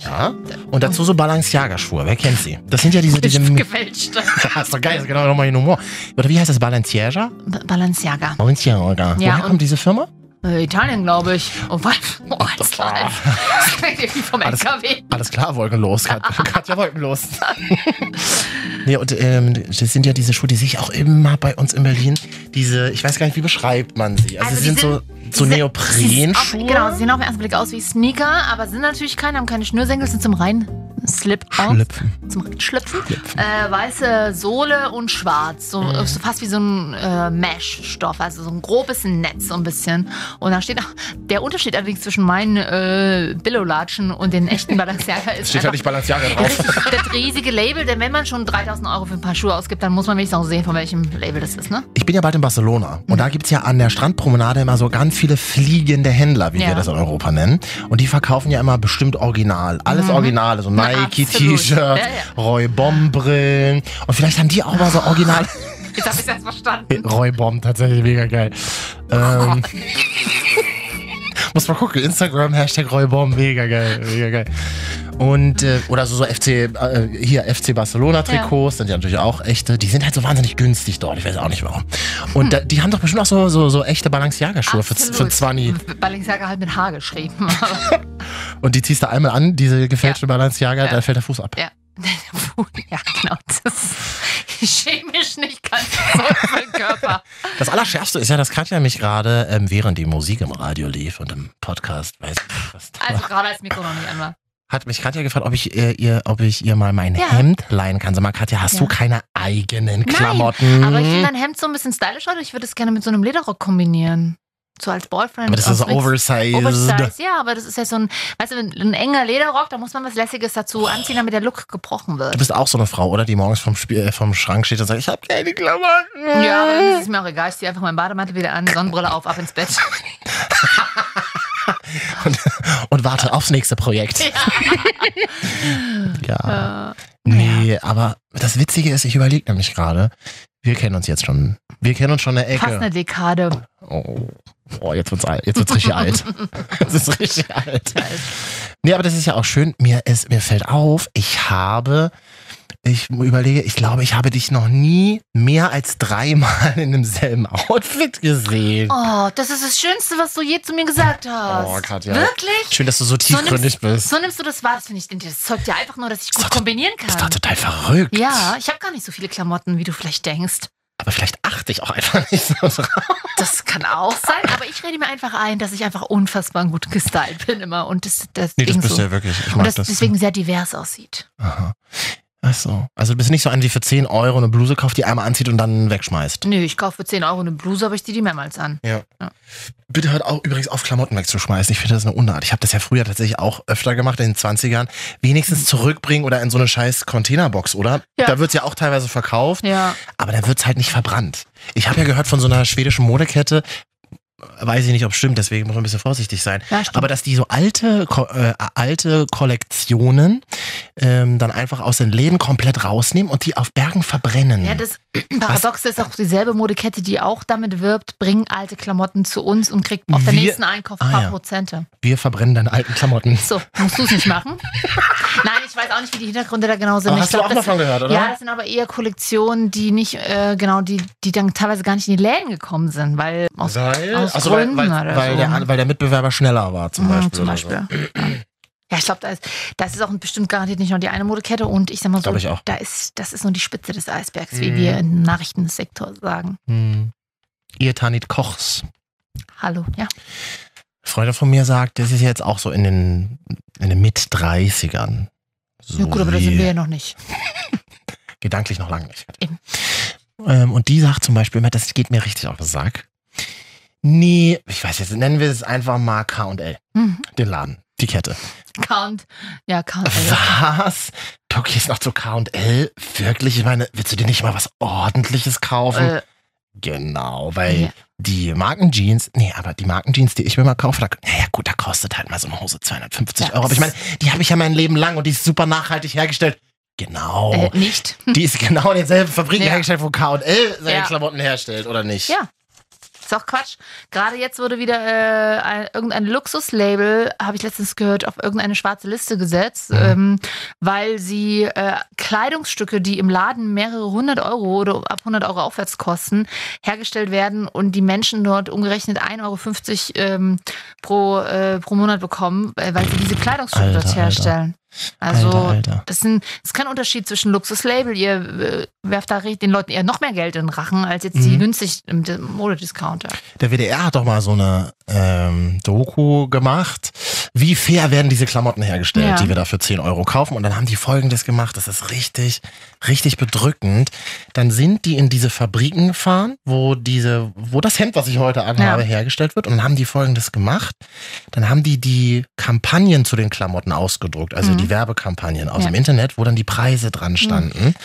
S1: Ja. Und dazu so Balenciaga-Schuhe, wer kennt sie? Das sind ja diese, diese...
S2: Gefälscht.
S1: Das ist doch geil, das ist genau nochmal ihr Humor. Oder wie heißt das, Balenciaga?
S2: B- Balenciaga.
S1: Balenciaga.
S2: Ja,
S1: Woher
S2: und-
S1: kommt diese Firma?
S2: Äh, Italien, glaube ich. Oh, was? Oh, alles
S1: Ah.
S2: klar. Das klingt irgendwie vom
S1: Alles-
S2: LKW.
S1: Alles klar, wolkenlos. Kat- Katja, wolkenlos. nee, und ähm, das sind ja diese Schuhe, die sehe ich auch immer bei uns in Berlin. Diese, ich weiß gar nicht, wie beschreibt man sie? Also,
S2: Also
S1: sie sind,
S2: die
S1: so, so
S2: Sie-
S1: Neoprenschuhe.
S2: sie- auf- Genau, sie sehen auf den ersten Blick aus wie Sneaker, aber sind natürlich keine, haben keine Schnürsenkel, sind zum reinen Slip
S1: Schlüpfen.
S2: Zum reinen Schlüpfen. Äh, weiße Sohle und schwarz. So,
S1: Mhm.
S2: so fast wie so ein äh, Mesh-Stoff, also so ein grobes Netz so ein bisschen. Und da steht auch, der Unterschied allerdings zwischen meinen äh, Billo-Latschen und den echten Balenciaga ist
S1: Steht
S2: einfach
S1: halt nicht Balenciaga drauf.
S2: das, das riesige Label, denn wenn man schon 3000 Euro für ein paar Schuhe ausgibt, dann muss man wenigstens auch sehen, von welchem Label das ist, ne?
S1: Ich bin ja bald in Barcelona und da gibt's ja an der Strandpromenade immer so ganz viele fliegende Händler, wie
S2: Ja.
S1: wir das in Europa nennen. Und die verkaufen ja immer bestimmt original. Alles Originale, so
S2: Na,
S1: Nike-T-Shirts,
S2: absolut. Ja,
S1: Roy Bomb-Brillen. Und vielleicht haben die auch mal so original.
S2: Jetzt habe ich das verstanden.
S1: Roy Bomb, tatsächlich mega geil. Ähm, muss mal gucken, Instagram, Hashtag Roy Bomb, mega geil, mega geil. Und, äh, oder so, so FC, äh, hier FC Barcelona Trikots, sind ja natürlich auch echte. Die sind halt so wahnsinnig günstig dort, ich weiß auch nicht warum. Und da, die haben doch bestimmt auch so, so, so echte Balenciaga-Schuhe für,
S2: Absolut.
S1: für 20.
S2: Balenciaga halt mit H geschrieben.
S1: Und die ziehst du einmal an, diese gefälschte Balenciaga,
S2: Ja.
S1: da fällt der Fuß ab.
S2: ja. ja, genau. Das ist chemisch nicht ganz gesund für den Körper.
S1: Das Allerschärfste ist ja, dass Katja mich gerade, ähm, während die Musik im Radio lief und im Podcast, weiß nicht, was da
S2: Also gerade als Mikro noch nicht einmal.
S1: hat mich Katja gefragt, ob ich äh, ihr, ob ich ihr mal mein
S2: Ja.
S1: Hemd leihen kann. Sag mal, Katja, hast
S2: Ja.
S1: du keine eigenen
S2: Nein,
S1: Klamotten?
S2: Aber ich finde dein Hemd so ein bisschen stylisch heute. Ich würde es gerne mit so einem Lederrock kombinieren. So als Boyfriend.
S1: aber das ist so
S2: Outfits.
S1: oversized.
S2: Oversize, ja, aber das ist ja so ein, weißt du, ein enger Lederrock, da muss man was Lässiges dazu anziehen, damit der Look gebrochen
S1: Du
S2: wird.
S1: bist auch so eine Frau, oder? Die morgens vom, Spiel, äh, vom Schrank steht und sagt, ich habe keine Klamotten.
S2: Ja, aber das ist mir auch egal. Ich zieh einfach meinen Bademantel wieder an, Sonnenbrille auf, ab ins Bett.
S1: Und, und warte aufs nächste Projekt. Ja.
S2: Äh,
S1: Nee, aber das Witzige ist, ich überlege nämlich gerade, wir kennen uns jetzt schon. Wir kennen uns schon eine Ecke.
S2: fast eine Dekade.
S1: Oh, boah, jetzt wird's alt. Jetzt wird's richtig alt. Das ist richtig alt. Nee, aber das ist ja auch schön. Mir, ist, mir fällt auf, ich habe, ich überlege, ich glaube, ich habe dich noch nie mehr als dreimal in demselben Outfit gesehen.
S2: Oh, das ist das Schönste, was du je zu mir gesagt hast.
S1: Oh, Katja.
S2: Wirklich?
S1: Schön, dass du so tiefgründig bist.
S2: So nimmst du das wahr, das finde ich. Das zeugt ja einfach nur, dass ich
S1: Das
S2: gut
S1: hat-
S2: kombinieren
S1: Das ist doch
S2: kann.
S1: total verrückt.
S2: Ja, ich habe gar nicht so viele Klamotten, wie du vielleicht denkst.
S1: Aber vielleicht achte ich auch einfach nicht so drauf.
S2: Das kann auch sein, aber ich rede mir einfach ein, dass ich einfach unfassbar gut gestylt bin immer und das, das, Ding so.
S1: wirklich. Ich
S2: und das, deswegen sehr divers aussieht.
S1: Aha. Ach so. Also du bist nicht so eine, die für 10 Euro eine Bluse kauft, die einmal anzieht und dann wegschmeißt.
S2: Nö, ich kaufe für 10 Euro eine Bluse, aber ich ziehe die mehrmals an.
S1: Bitte hört auch übrigens auf, Klamotten wegzuschmeißen. Ich finde das eine Unart. Ich habe das ja früher tatsächlich auch öfter gemacht in den 20ern. Wenigstens zurückbringen oder in so eine scheiß Containerbox, oder?
S2: Mhm. Ja.
S1: Da wird's ja auch teilweise verkauft,
S2: Ja.
S1: aber da wird's halt nicht verbrannt. Ich habe ja gehört von so einer schwedischen Modekette, weiß ich nicht, ob es stimmt, deswegen muss man ein bisschen vorsichtig sein.
S2: Ja, stimmt.
S1: Aber dass die so alte, Ko- äh, alte Kollektionen ähm, dann einfach aus den Läden komplett rausnehmen und die auf Bergen verbrennen.
S2: Ja, das Paradoxe ist auch dieselbe Modekette, die auch damit wirbt, bringen alte Klamotten zu uns und kriegt auf der
S1: Wir-
S2: nächsten Einkauf ein
S1: Ah,
S2: paar
S1: ja.
S2: Prozente.
S1: Wir verbrennen deine alten Klamotten.
S2: So, musst du es nicht machen? Nein, ich weiß auch nicht, wie die Hintergründe da genau sind.
S1: Aber
S2: ich
S1: hast du
S2: glaub,
S1: auch mal
S2: das-
S1: von gehört, oder?
S2: Ja, das sind aber eher Kollektionen, die nicht, äh, genau, die, die dann teilweise gar nicht in die Läden gekommen sind, weil aus
S1: weil,
S2: aus
S1: also weil, weil,
S2: Gründen oder
S1: weil,
S2: so.
S1: der, weil der Mitbewerber schneller war, zum
S2: Mhm,
S1: Beispiel.
S2: zum
S1: oder so.
S2: Beispiel. Ja, ich glaube, da ist, das ist auch bestimmt garantiert nicht nur die eine Modekette und ich sag mal so,
S1: Glaub ich auch.
S2: da ist, das ist nur die Spitze des Eisbergs, wie
S1: Mhm.
S2: wir im Nachrichtensektor sagen.
S1: Hm. Ihr Tanit Kochs,
S2: Hallo, ja.
S1: Freunde von mir, sagt, das ist jetzt auch so in den, in den Mit-30ern. So
S2: ja gut, aber da
S1: wie-
S2: sind wir ja noch nicht.
S1: Gedanklich noch lange nicht.
S2: Eben.
S1: Ähm, und die sagt zum Beispiel immer, das geht mir richtig auf den Sack. Nee, ich weiß jetzt, nennen wir es einfach mal K&L,
S2: Mhm.
S1: den Laden, die Kette.
S2: Count. Ja, Count. Also.
S1: Was? Du gehst noch zu K&L? Wirklich? Ich meine, willst du dir nicht mal was Ordentliches kaufen?
S2: Äh,
S1: Genau, weil
S2: Ja.
S1: die Markenjeans, nee, aber die Markenjeans, die ich mir mal kaufe, da, naja gut, da kostet halt mal so eine Hose 250
S2: Ja,
S1: Euro. Aber ich
S2: das-
S1: meine, die habe ich ja mein Leben lang und die ist super nachhaltig hergestellt. Genau.
S2: äh, nicht.
S1: Die ist genau in derselben Fabrik
S2: Ja.
S1: hergestellt, wo K&L seine
S2: Ja.
S1: Klamotten herstellt, oder nicht?
S2: Ja. Ist auch Quatsch. Gerade jetzt wurde wieder äh, ein, irgendein Luxuslabel, habe ich letztens gehört, auf irgendeine schwarze Liste gesetzt,
S1: Mhm.
S2: ähm, weil sie äh, Kleidungsstücke, die im Laden mehrere hundert Euro oder ab 100 Euro aufwärts kosten, hergestellt werden und die Menschen dort umgerechnet 1,50 Euro ähm, pro, äh, pro Monat bekommen, äh, weil sie diese Kleidungsstücke
S1: Alter,
S2: dort
S1: Alter.
S2: herstellen. Also
S1: Alter, Alter.
S2: das, sind, das ist kein Unterschied zwischen Luxuslabel. Ihr äh, werft da re- den Leuten eher noch mehr Geld in den Rachen, als jetzt die
S1: Mhm.
S2: günstig im D- Modediscounter.
S1: Der WDR hat doch mal so eine ähm, Doku gemacht. Wie fair werden diese Klamotten hergestellt,
S2: Ja.
S1: die wir da für 10 Euro kaufen? Und dann haben die Folgendes gemacht. Das ist richtig, richtig bedrückend. Dann sind die in diese Fabriken gefahren, wo diese, wo das Hemd, was ich heute anhabe,
S2: Ja.
S1: hergestellt wird. Und dann haben die Folgendes gemacht. Dann haben die die Kampagnen zu den Klamotten ausgedruckt, also
S2: Mhm.
S1: die Werbekampagnen aus
S2: Ja. Mhm.
S1: dem Internet, wo dann die Preise dran standen.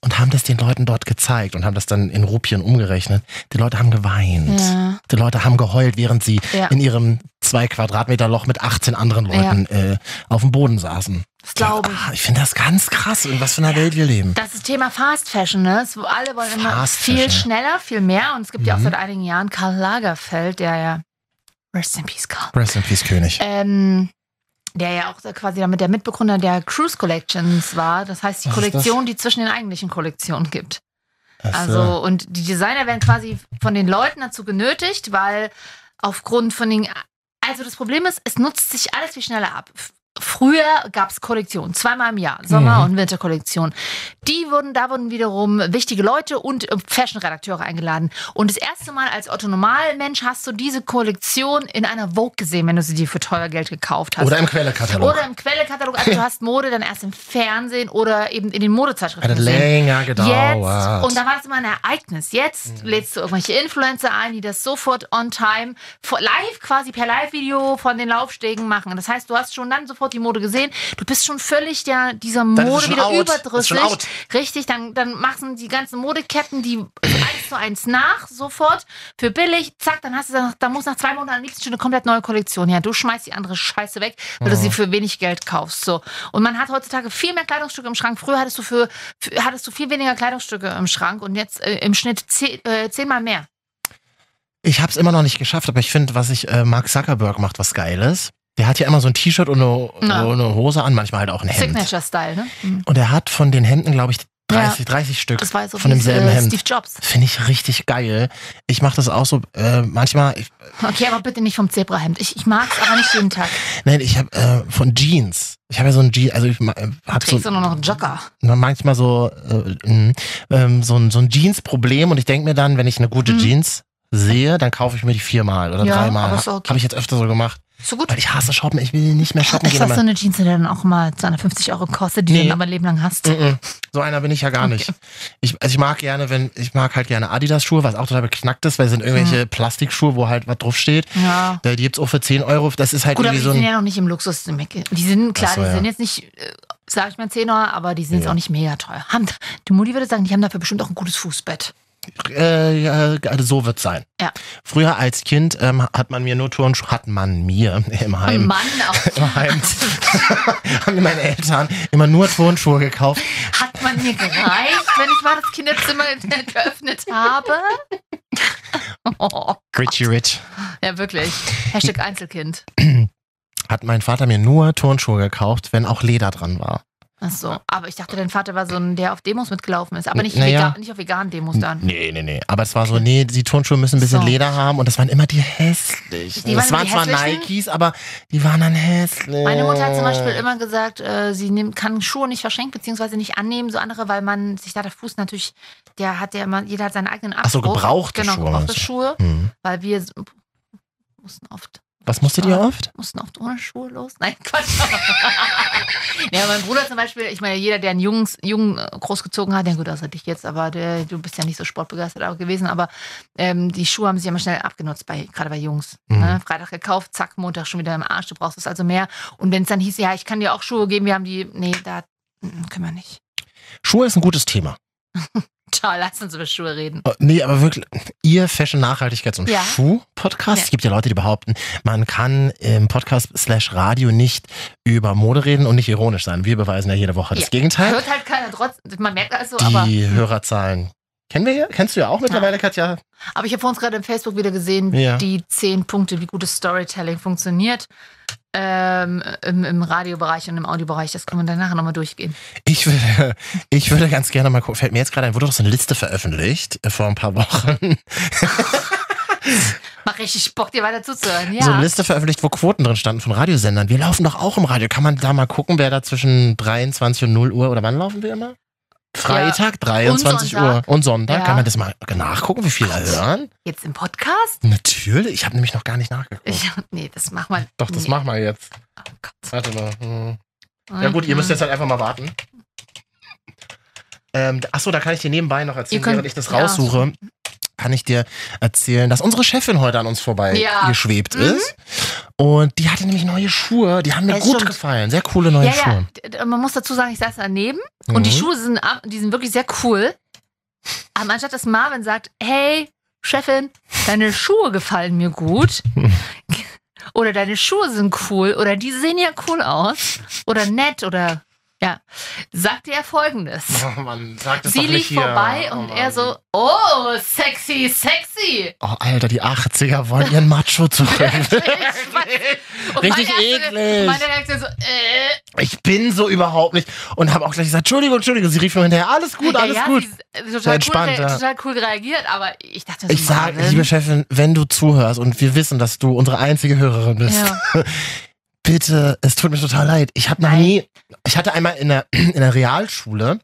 S1: Und haben das den Leuten dort gezeigt und haben das dann in Rupien umgerechnet. Die Leute haben geweint.
S2: Ja.
S1: Die Leute haben geheult, während sie
S2: Ja.
S1: in ihrem zwei Quadratmeter Loch mit 18 anderen Leuten äh, auf dem Boden saßen.
S2: Das glaube ich.
S1: Ah, ich finde das ganz krass, in was für einer Welt wir leben.
S2: Das ist Thema Fast Fashion, ne? Es, alle wollen immer
S1: Fast
S2: viel
S1: Fashion.
S2: schneller, viel mehr. Und es gibt ja auch
S1: Mhm.
S2: seit einigen Jahren Karl Lagerfeld, der ja Rest in Peace Karl.
S1: Rest in Peace König.
S2: Ähm, der ja auch so quasi damit der Mitbegründer der Cruise Collections war. Das heißt, die
S1: Was ist das?
S2: Kollektion, die zwischen den eigentlichen Kollektionen gibt.
S1: Das, äh,
S2: Also, und die Designer werden quasi von den Leuten dazu genötigt, weil aufgrund von den. Also, das Problem ist, es nutzt sich alles viel schneller ab. F- Früher gab es Kollektionen, zweimal im Jahr, Sommer-
S1: Mhm.
S2: und Winterkollektionen. Die wurden, da wurden wiederum wichtige Leute und äh, Fashion-Redakteure eingeladen. Und das erste Mal als Otto Normalmensch hast du diese Kollektion in einer Vogue gesehen, wenn du sie dir für teuer Geld gekauft hast.
S1: oder im Quellekatalog.
S2: Oder im Quellekatalog. Also du hast Mode dann erst im Fernsehen oder eben in den Modezeitschriften
S1: Hat
S2: gesehen.
S1: länger
S2: Jetzt,
S1: gedauert.
S2: und da war es immer ein Ereignis. Jetzt lädst du irgendwelche Influencer ein, die das sofort on time, vor- live quasi per Live-Video von den Laufstegen machen. Das heißt, du hast schon dann sofort die Mode gesehen. Du bist schon völlig der, dieser
S1: Dann ist es
S2: Mode
S1: schon
S2: wieder
S1: out. Ist
S2: überdrüssig.
S1: schon out.
S2: Richtig, dann, dann machen die ganzen Modeketten die eins zu eins nach, sofort, für billig, zack, dann hast du dann, dann muss nach zwei Monaten am liebsten schon eine komplett neue Kollektion her. Du schmeißt die andere Scheiße weg, weil du sie für wenig Geld kaufst. So. Und man hat heutzutage viel mehr Kleidungsstücke im Schrank. Früher hattest du für, für hattest du viel weniger Kleidungsstücke im Schrank und jetzt äh, im Schnitt zeh, äh, zehnmal mehr.
S1: ich habe es immer noch nicht geschafft, aber ich finde, was ich äh, Mark Zuckerberg macht, was Geiles. Der hat ja immer so ein T-Shirt und eine,
S2: Ja.
S1: und eine Hose an, manchmal halt auch ein Hemd.
S2: Signature-Style, ne? Mhm.
S1: Und er hat von den Hemden, glaube ich, 30,
S2: Ja.
S1: 30 Stück
S2: Das war so
S1: von
S2: wie
S1: demselben
S2: äh,
S1: Hemd.
S2: Steve Jobs.
S1: Finde ich richtig geil. Ich mache das auch so äh, manchmal. Ich,
S2: Okay, aber bitte nicht vom Zebrahemd. Ich, ich mag es aber nicht jeden Tag.
S1: Nein, ich habe äh, von Jeans. Ich habe ja so ein Jeans, also ich ma- äh, hab so
S2: Trägst du nur noch einen Jogger.
S1: na, manchmal so äh, mh, ähm, so ein, so ein Jeans-Problem und ich denke mir dann, wenn ich eine gute
S2: Mhm.
S1: Jeans sehe, dann kaufe ich mir die viermal oder
S2: Ja,
S1: dreimal.
S2: aber ist okay.
S1: Habe ich jetzt öfter so gemacht,
S2: So gut.
S1: weil ich hasse Shoppen. Ich will nicht mehr shoppen
S2: Ist
S1: gehen.
S2: das so
S1: aber-
S2: eine Jeans, die dann auch mal 250 Euro kostet, die
S1: Nee. Mm,
S2: du dann aber ein Leben lang hast?
S1: Mm-mm. So einer bin ich ja gar nicht. Ich, also ich mag gerne, wenn ich mag halt gerne Adidas-Schuhe, was auch total beknackt ist, weil es sind irgendwelche Plastikschuhe, wo halt was draufsteht.
S2: Mhm. Ja.
S1: Da gibt's auch für 10 Euro. Das ist halt
S2: Gut, aber
S1: irgendwie
S2: die
S1: so
S2: sind
S1: ein
S2: ja noch nicht im Luxus. Die sind, klar,
S1: Ach so,
S2: die
S1: ja.
S2: sind jetzt nicht, äh, sag ich mal, Zehner, aber die sind jetzt
S1: Ja.
S2: auch nicht mega teuer. Haben, die Mutti würde sagen, die haben dafür bestimmt auch ein gutes Fußbett.
S1: äh, ja, so wird's sein.
S2: Ja.
S1: Früher als Kind ähm, hat man mir nur Turnschuhe, hat man mir im Heim.
S2: Mann, auch,
S1: Im Heim haben mir meine Eltern immer nur Turnschuhe gekauft.
S2: hat man mir gereicht, wenn ich mal das Kinderzimmer geöffnet habe? Oh,
S1: Richie Rich.
S2: ja, wirklich. Hashtag Einzelkind.
S1: Hat mein Vater mir nur Turnschuhe gekauft, wenn auch Leder dran war.
S2: Ach so. Aber ich dachte, dein Vater war so ein, der auf Demos mitgelaufen ist. Aber nicht,
S1: Naja.
S2: vegan, nicht auf veganen Demos dann.
S1: Nee, nee, nee. Aber es war so, nee, die Turnschuhe müssen ein bisschen
S2: So.
S1: Leder haben und das waren immer die hässlich.
S2: Die
S1: das
S2: waren
S1: waren
S2: die
S1: zwar
S2: hässlichen?
S1: Nikes, aber die waren dann hässlich.
S2: Meine Mutter hat zum Beispiel immer gesagt, äh, sie nimmt, kann Schuhe nicht verschenken, beziehungsweise nicht annehmen, so andere, weil man sich da der Fuß natürlich, der hat ja immer, jeder hat seinen eigenen Anspruch.
S1: Ach so, gebrauchte
S2: genau,
S1: Schuhe
S2: gebrauchte
S1: meinst du?
S2: Schuhe,
S1: Hm.
S2: weil wir s- mussten oft,
S1: Was musstet
S2: Äh.
S1: ihr oft?
S2: mussten oft ohne Schuhe los. Nein, Quatsch. ja, mein Bruder zum Beispiel, ich meine, jeder, der einen Jungs, Jungen äh, großgezogen hat, ja gut, außer dich jetzt, aber der, du bist ja nicht so sportbegeistert auch gewesen, aber ähm, die Schuhe haben sich immer schnell abgenutzt, bei, gerade bei Jungs.
S1: Mhm.
S2: Ne? Freitag gekauft, zack, Montag schon wieder im Arsch, du brauchst es also mehr. Und wenn es dann hieß, ja, ich kann dir auch Schuhe geben, wir haben die, nee, da mm, können wir nicht.
S1: Schuhe ist ein gutes Thema.
S2: Ciao, lass uns über Schuhe reden.
S1: Oh, Nee, aber wirklich, ihr Fashion Nachhaltigkeits- und
S2: Ja.
S1: Schuh-Podcast.
S2: Ja.
S1: Es gibt ja Leute, die behaupten, man kann im Podcast slash Radio nicht über Mode reden und nicht ironisch sein. Wir beweisen ja jede Woche das
S2: Ja.
S1: Gegenteil.
S2: Hört halt keiner trotzdem, man merkt also, aber.
S1: Die Hörerzahlen. Kennen wir ja? Kennst du ja auch mittlerweile, Katja?
S2: Aber ich habe vor uns gerade im Facebook wieder gesehen,
S1: Ja.
S2: die zehn Punkte, wie gutes Storytelling funktioniert. Ähm, im, Im Radiobereich und im Audiobereich. Das können wir danach nochmal durchgehen.
S1: Ich würde, ich würde ganz gerne mal gucken. Fällt mir jetzt gerade ein, wurde doch so eine Liste veröffentlicht äh, vor ein paar Wochen.
S2: Mach richtig Bock, dir weiter zuzuhören. Ja.
S1: So eine Liste veröffentlicht, wo Quoten drin standen von Radiosendern. Wir laufen doch auch im Radio. Kann man da mal gucken, wer da zwischen 23 und 0 Uhr oder wann laufen wir immer? Freitag, 23 Uhr
S2: Sonntag.
S1: und Sonntag.
S2: Ja.
S1: Kann man das mal nachgucken, wie viele da hören?
S2: Jetzt im Podcast?
S1: Natürlich. Ich habe nämlich noch gar nicht nachgeguckt.
S2: Ich, nee, das mach mal.
S1: Oh. doch, das
S2: nee.
S1: machen wir jetzt.
S2: Oh Gott.
S1: Warte mal. Hm. Ja gut, ihr
S2: Mhm.
S1: müsst jetzt halt einfach mal warten. Ähm, achso, da kann ich dir nebenbei noch erzählen,
S2: Ihr könnt-
S1: während ich das
S2: ja.
S1: raussuche, kann ich dir erzählen, dass unsere Chefin heute an uns vorbei
S2: Ja.
S1: geschwebt
S2: Mhm.
S1: ist. Und die hatte nämlich neue Schuhe, die haben mir
S2: Das
S1: gut
S2: stimmt.
S1: gefallen. Sehr coole neue
S2: Ja, ja.
S1: Schuhe.
S2: d- d- Man muss dazu sagen, ich saß daneben
S1: Mhm.
S2: und die Schuhe sind, ab- die sind wirklich sehr cool. Aber anstatt dass Marvin sagt, hey, Chefin, deine Schuhe gefallen mir gut. Oder deine Schuhe sind cool. Oder die sehen ja cool aus. Oder nett. Oder ja. Sagt er folgendes.
S1: Oh Mann, sag das
S2: Sie
S1: doch nicht
S2: liegt
S1: hier.
S2: vorbei
S1: Oh
S2: und
S1: Mann.
S2: er so, oh, sexy, sexy.
S1: Oh, Alter, die 80er wollen ihren Macho zurück.
S2: Und
S1: Richtig
S2: meine erste-
S1: eklig.
S2: Meine Reaktion so, äh,
S1: Ich bin so überhaupt nicht. Und habe auch gleich gesagt, Entschuldigung, Entschuldigung. Sie rief nur hinterher, alles gut, alles
S2: ja,
S1: gut.
S2: Sie, äh, total,
S1: entspannt,
S2: cool,
S1: ja.
S2: ja. total cool reagiert, aber ich dachte, so,
S1: Ich sage,
S2: Also Marvin.
S1: liebe Chefin, wenn du zuhörst und wir wissen, dass du unsere einzige Hörerin bist,
S2: Ja.
S1: bitte, es tut mir total leid. Ich habe noch
S2: Nein.
S1: nie, ich hatte einmal in der, in der Realschule,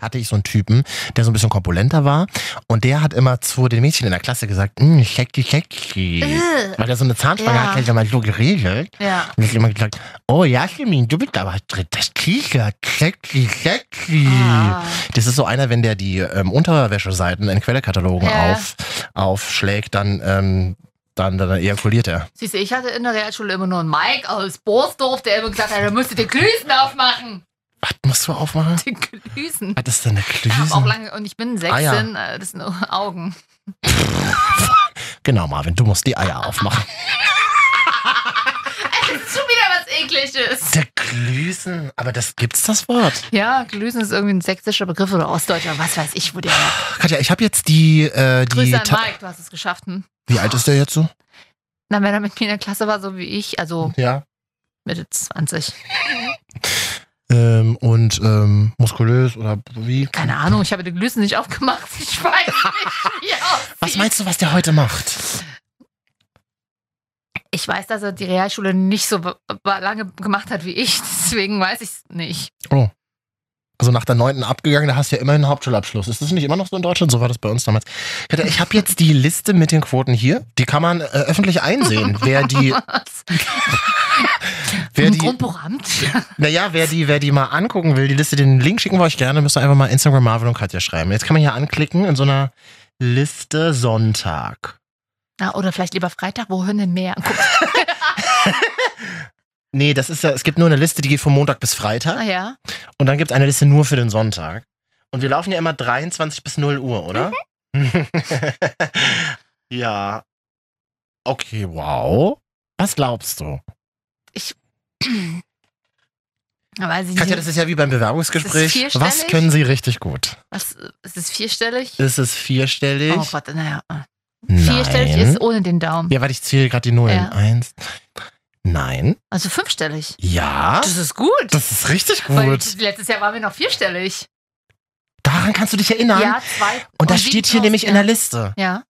S1: hatte ich so einen Typen, der so ein bisschen korpulenter war und der hat immer zu den Mädchen in der Klasse gesagt, "Mm, sexy, sexy.
S2: Äh,
S1: Weil der so eine Zahnspange
S2: Ja.
S1: hat, hat er mal so geregelt.
S2: ja.
S1: Und ich immer gesagt, oh Jasmin, du bist aber drin. Das T-Shirt, sexy, sexy.
S2: Ah.
S1: Das ist so einer, wenn der die ähm, Unterwäscheseiten in Quellekatalogen
S2: Ja.
S1: auf, aufschlägt, dann, ähm, dann, dann ejakuliert er.
S2: Siehst du, ich hatte in der Realschule immer nur einen Mike aus Borsdorf, der immer gesagt hat, er müsste den Klüsen aufmachen.
S1: Was musst du aufmachen?
S2: Den Klüsen.
S1: Was ist denn eine
S2: Ich hab auch
S1: Klüsen?
S2: lange, und ich bin
S1: Ah,
S2: 16,
S1: ja.
S2: äh, das sind nur Augen.
S1: Genau, Marvin, du musst die Eier aufmachen.
S2: Das ist schon wieder was Ekliges.
S1: Der Klüsen, aber das gibt's das Wort.
S2: Ja, Klüsen ist irgendwie ein sächsischer Begriff oder ostdeutscher, was weiß ich, wo der
S1: Katja, ich habe jetzt die, äh, die,
S2: Grüße an
S1: Ta-
S2: Mike, du hast es geschafft. Hm?
S1: wie alt ist der jetzt so?
S2: Na, wenn er mit mir in der Klasse war, so wie ich, also
S1: Ja.
S2: Mitte 20.
S1: Ähm, und ähm, muskulös oder wie?
S2: Keine Ahnung, ich habe den Glüsen nicht aufgemacht. Ich weiß nicht, wie er aussieht.
S1: Was meinst du, was der heute macht?
S2: Ich weiß, dass er die Realschule nicht so be- be- lange gemacht hat wie ich, deswegen weiß ich es nicht.
S1: Also nach der neunten abgegangen, da hast du ja immerhin einen Hauptschulabschluss. Ist das nicht immer noch so in Deutschland? So war das bei uns damals. Katja, Ich habe jetzt die Liste mit den Quoten hier. Die kann man äh, öffentlich einsehen. Wer die, wer
S2: Im
S1: die,
S2: Grundbuchamt?
S1: naja, wer die, wer die mal angucken will, die Liste, den Link schicken wir euch gerne. Müsst ihr einfach mal Instagram Marvin und Katja schreiben. Jetzt kann man hier anklicken in so einer Liste Sonntag.
S2: Na, oder vielleicht lieber Freitag, wo hören denn mehr? Guck,
S1: Nee, das ist ja, es gibt nur eine Liste, die geht von Montag bis Freitag.
S2: naja.
S1: Und dann gibt es eine Liste nur für den Sonntag. Und wir laufen ja immer 23 bis 0 Uhr, oder? Mhm. ja. Okay, wow. Was glaubst du?
S2: Weiß ich
S1: Katja,
S2: nicht.
S1: das ist ja wie beim Bewerbungsgespräch.
S2: vierstellig?
S1: Was können Sie richtig gut?
S2: Was, ist es vierstellig?
S1: Ist es vierstellig?
S2: Oh Gott, naja.
S1: Äh, Nein.
S2: Vierstellig ist ohne den Daumen.
S1: Ja, warte, ich zähle gerade die Nullen.
S2: Ja.
S1: Eins. Nein.
S2: Also fünfstellig.
S1: Ja.
S2: Das ist gut.
S1: Das ist richtig
S2: Weil
S1: gut.
S2: letztes Jahr waren wir noch vierstellig.
S1: Daran kannst du dich erinnern.
S2: Ja, zwei.
S1: Und das steht hier
S2: 7000,
S1: nämlich
S2: ja.
S1: in der Liste.
S2: Ja.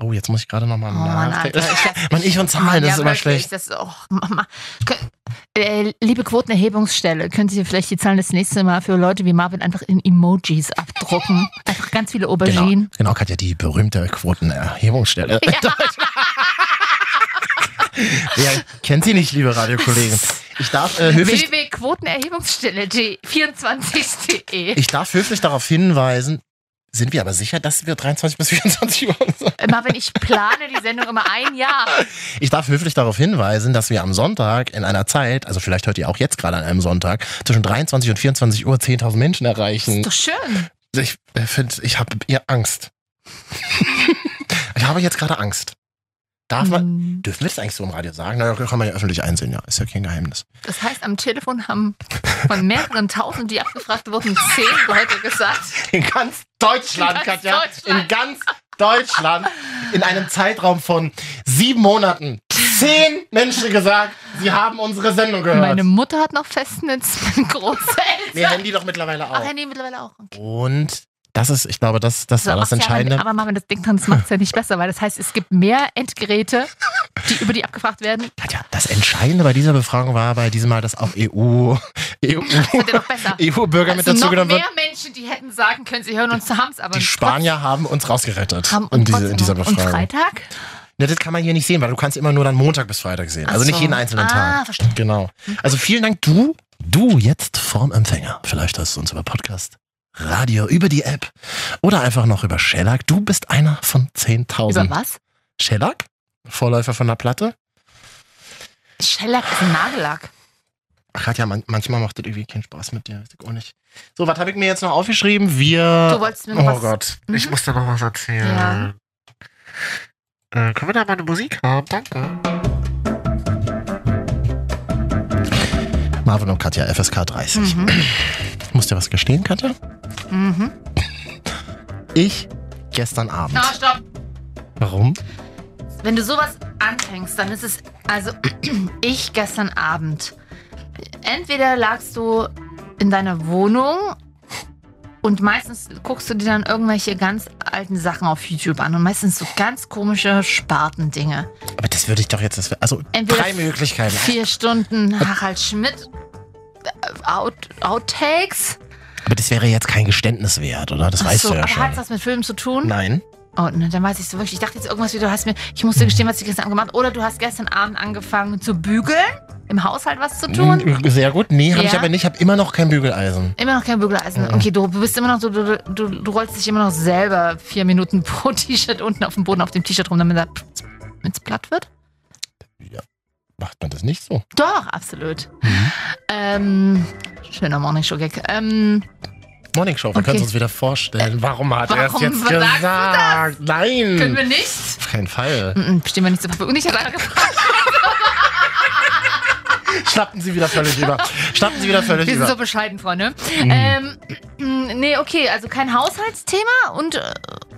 S1: Oh, jetzt muss ich gerade nochmal
S2: Oh Mann,
S1: nachdenken.
S2: Alter. Ich lass-
S1: Mann, ich und Zahlen, das ist immer
S2: wirklich,
S1: schlecht.
S2: Das, oh, Mama. Kön- äh, liebe Quotenerhebungsstelle, können Sie vielleicht die Zahlen das nächste Mal für Leute wie Marvin einfach in Emojis abdrucken? Einfach ganz viele Auberginen.
S1: Genau, Katja, die berühmte Quotenerhebungsstelle. in Deutschland. Wer kennt sie nicht, liebe Radiokollegen? Ich darf, äh, höflich,
S2: www.quotenerhebungsstelle 24.de.
S1: ich darf höflich darauf hinweisen, sind wir aber sicher, dass wir 23 bis 24 Uhr sind?
S2: Äh, Marvin, ich plane die Sendung immer ein Jahr.
S1: Ich darf höflich darauf hinweisen, dass wir am Sonntag in einer Zeit, also vielleicht hört ihr auch jetzt gerade an einem Sonntag, zwischen 23 und 24 Uhr 10.000 Menschen erreichen.
S2: Ist doch schön.
S1: Ich äh, finde, ich habe ihr Angst. ich habe jetzt gerade Angst. Darf man,
S2: Hm.
S1: dürfen wir das eigentlich so im Radio sagen? Na, kann man ja öffentlich einsehen, ja. Ist ja kein Geheimnis.
S2: Das heißt, am Telefon haben von mehreren tausend, die abgefragt wurden, zehn Leute gesagt.
S1: In ganz Deutschland,
S2: In ganz
S1: Katja.
S2: Deutschland.
S1: In ganz Deutschland. In einem Zeitraum von sieben Monaten. Zehn Menschen gesagt, sie haben unsere Sendung gehört.
S2: Meine Mutter hat noch Festnetz mit Großeltern.
S1: nee, Handy doch mittlerweile
S2: Ach,
S1: auch.
S2: Handy mittlerweile auch. Okay.
S1: Und das ist, ich glaube, das, das war
S2: So,
S1: das
S2: ach ja,
S1: Entscheidende.
S2: aber- aber Marvin, das Ding dran, das macht es ja nicht besser, weil das heißt, es gibt mehr Endgeräte, die über die abgefragt werden.
S1: Katja, das Entscheidende bei dieser Befragung war bei diesem Mal, dass auch E EU, EU,
S2: Das wird ja noch besser.
S1: EU-Bürger E mit
S2: Also
S1: dazu
S2: noch mehr
S1: genommen wird.
S2: Menschen, die hätten sagen können, sie hören uns, haben es aber
S1: Die Spanier haben uns rausgerettet
S2: haben
S1: in,
S2: und
S1: diese, in dieser
S2: Und
S1: Befragung.
S2: Freitag?
S1: Ja, das kann man hier nicht sehen, weil du kannst immer nur dann Montag bis Freitag sehen.
S2: Ach
S1: Also nicht
S2: so.
S1: jeden einzelnen
S2: Ah,
S1: Tag.
S2: verstehe. Mhm.
S1: Genau. Also vielen Dank, du, du jetzt vorm Empfänger. Vielleicht hörst du uns über Podcast, Radio, über die App oder einfach noch über Shellac. Du bist einer von 10.000.
S2: Über was?
S1: Shellac, Vorläufer von der Platte.
S2: Shellac ist ein Nagellack.
S1: Ach, Katja, man, manchmal macht das irgendwie keinen Spaß mit dir. Weiß ich auch nicht. So, was habe ich mir jetzt noch aufgeschrieben? Wir.
S2: Du wolltest mir noch
S1: oh
S2: was-
S1: Gott,
S2: Mhm.
S1: ich muss da noch was erzählen. Äh, können wir da mal eine Musik haben? Danke. Marvin und Katja, FSK 30.
S2: Mhm.
S1: Ich muss dir was gestehen, Katja?
S2: Mhm.
S1: Ich gestern Abend.
S2: Na, Ah, stopp.
S1: Warum?
S2: Wenn du sowas anfängst, dann ist es. Also, ich gestern Abend. Entweder lagst du in deiner Wohnung und meistens guckst du dir dann irgendwelche ganz alten Sachen auf YouTube an und meistens so ganz komische Spartendinge.
S1: Aber das würde ich doch jetzt. Das wär, also,
S2: Entweder
S1: drei Möglichkeiten.
S2: Vier Stunden Harald Schmidt. äh, Out, Outtakes?
S1: Aber das wäre jetzt kein Geständnis wert, oder? Das weißt
S2: Ach so,
S1: du ja
S2: aber
S1: schon.
S2: hat's was mit Filmen zu tun?
S1: Nein.
S2: Oh, ne, dann weiß ich so wirklich. Ich dachte jetzt irgendwas wie, du hast mir, ich musste gestehen, was ich gestern Abend gemacht habe. Oder du hast gestern Abend angefangen zu bügeln, im Haushalt was zu tun.
S1: Mm, Sehr gut. Nee, habe ich
S2: Ja.
S1: aber nicht. Ich habe immer noch kein Bügeleisen.
S2: Immer noch kein Bügeleisen. Okay, du bist immer noch so, du, du, du rollst dich immer noch selber vier Minuten pro T-Shirt unten auf dem Boden auf dem T-Shirt rum, damit es platt wird.
S1: Macht man das nicht so?
S2: Doch, absolut. Ähm, schöner Morning-Show-Gag. Ähm,
S1: Morning Show, wir
S2: Okay.
S1: können uns wieder vorstellen. Warum hat er es
S2: warum
S1: jetzt
S2: sagst du das?
S1: gesagt? Nein!
S2: können wir nicht?
S1: Auf keinen Fall.
S2: Mhm, Stehen wir nicht so Und ich habe einfach gefragt,
S1: Schnappen Sie wieder völlig über. Schnappen Sie wieder völlig
S2: wir sind so
S1: über.
S2: bescheiden, Freunde.
S1: Mhm.
S2: Ähm, mm, nee, okay, also kein Haushaltsthema und äh,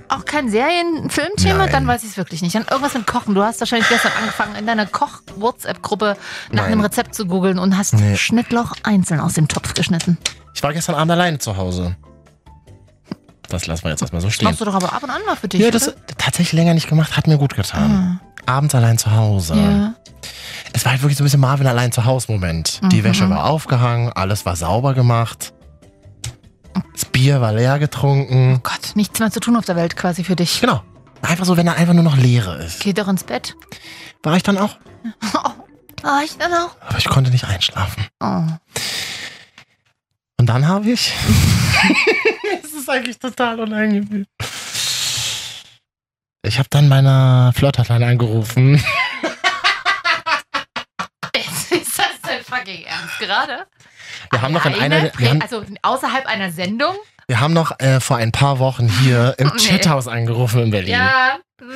S2: auch kein Serien-Filmthema,
S1: Nein.
S2: dann weiß ich es wirklich nicht. Dann irgendwas mit Kochen. Du hast wahrscheinlich gestern angefangen, in deiner Koch-WhatsApp-Gruppe nach
S1: Nein.
S2: einem Rezept zu googeln und hast
S1: Nee.
S2: Schnittloch einzeln aus dem Topf geschnitten.
S1: Ich war gestern Abend alleine zu Hause. Das lassen wir jetzt erstmal so stehen.
S2: Machst du doch aber ab und an mal für dich.
S1: Ja, das
S2: oder?
S1: tatsächlich länger nicht gemacht, hat mir gut getan.
S2: Ah,
S1: Abends allein zu Hause.
S2: ja.
S1: Es war halt wirklich so ein bisschen Marvin allein zu Hause Moment. Die
S2: Mhm.
S1: Wäsche war aufgehangen, alles war sauber gemacht. Das Bier war leer getrunken.
S2: Gott, nichts mehr zu tun auf der Welt quasi für dich.
S1: Genau. Einfach so, wenn er einfach nur noch leere ist.
S2: Geh doch ins Bett.
S1: War ich dann auch?
S2: Ah, ich dann auch.
S1: Aber ich konnte nicht einschlafen.
S2: Oh.
S1: Und dann habe ich. Es ist eigentlich total unangenehm. Ich habe dann meiner Flirthatline angerufen.
S2: Ist das dein fucking Ernst gerade?
S1: Wir haben noch in
S2: Alleine?
S1: einer. Wir haben,
S2: also außerhalb einer Sendung?
S1: Wir haben noch äh, vor ein paar Wochen hier im
S2: Nee.
S1: Chathaus angerufen in Berlin.
S2: Ja. Hm.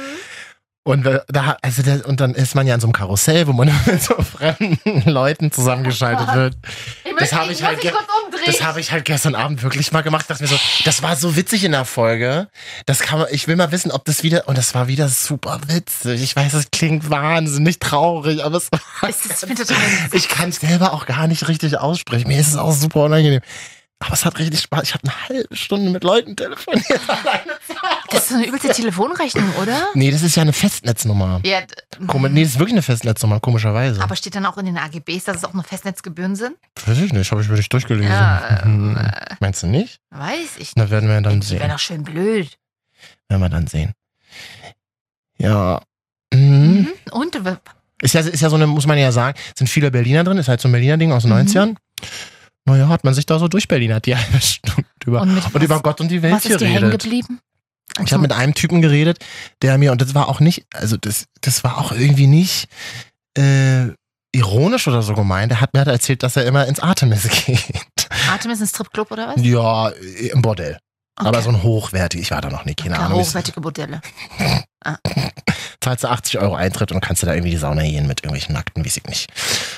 S1: Und, wir, da, also da, und dann ist man ja in so einem Karussell, wo man mit so fremden Leuten zusammengeschaltet wird.
S2: Ich
S1: Das
S2: möchte-
S1: habe ich
S2: muss
S1: halt
S2: mich
S1: ge-
S2: kurz umdrehen.
S1: Das habe ich halt gestern Abend wirklich mal gemacht. Dachte mir so, das war so witzig in der Folge. Das kann man, ich will mal wissen, ob das wieder, und das war wieder super witzig. Ich weiß, es klingt wahnsinnig traurig, aber es,
S2: Es ist- Ich bin total.
S1: ich kann es selber auch gar nicht richtig aussprechen. Mir ist es auch super unangenehm. Aber es hat richtig Spaß. Ich habe eine halbe Stunde mit Leuten telefoniert.
S2: Das ist so eine übelste Telefonrechnung, oder?
S1: Nee, das ist ja eine Festnetznummer.
S2: Ja. hm. d-
S1: Komisch, nee, das ist wirklich eine Festnetznummer, komischerweise.
S2: Aber steht dann auch in den AGBs, dass es auch nur Festnetzgebühren sind?
S1: Weiß ich nicht, habe ich mir nicht durchgelesen.
S2: Ja,
S1: Hm. Meinst du nicht?
S2: Weiß ich nicht.
S1: Na, werden wir dann
S2: Die wäre
S1: sehen.
S2: doch schön blöd.
S1: Werden wir dann sehen. Ja. Mhm.
S2: Mhm. Und w-
S1: Ist ja, ist ja so eine, muss man ja sagen, sind viele Berliner drin, ist halt so ein Berliner Ding aus den
S2: Mhm.
S1: 90ern. Naja, hat man sich da so durchberlinert, die halbe Stunde über.
S2: Und mit
S1: Und
S2: was-
S1: über Gott und die Welt
S2: was ist dir hängen
S1: geredet.
S2: geblieben?
S1: Ich habe mit einem Typen geredet, der mir, und das war auch nicht, also das, das war auch irgendwie nicht äh, ironisch oder so gemeint. Er hat mir halt erzählt, dass er immer ins Artemis geht.
S2: Atem ist ein Stripclub oder was?
S1: Ja, im Bordell. Aber so ein hochwertig, ich war da noch nie, keine
S2: Klar,
S1: Ahnung. Ich-
S2: hochwertige Modelle.
S1: zahlst du 80 Euro Eintritt und kannst du da irgendwie die Sauna gehen mit irgendwelchen Nackten, weiß ich nicht.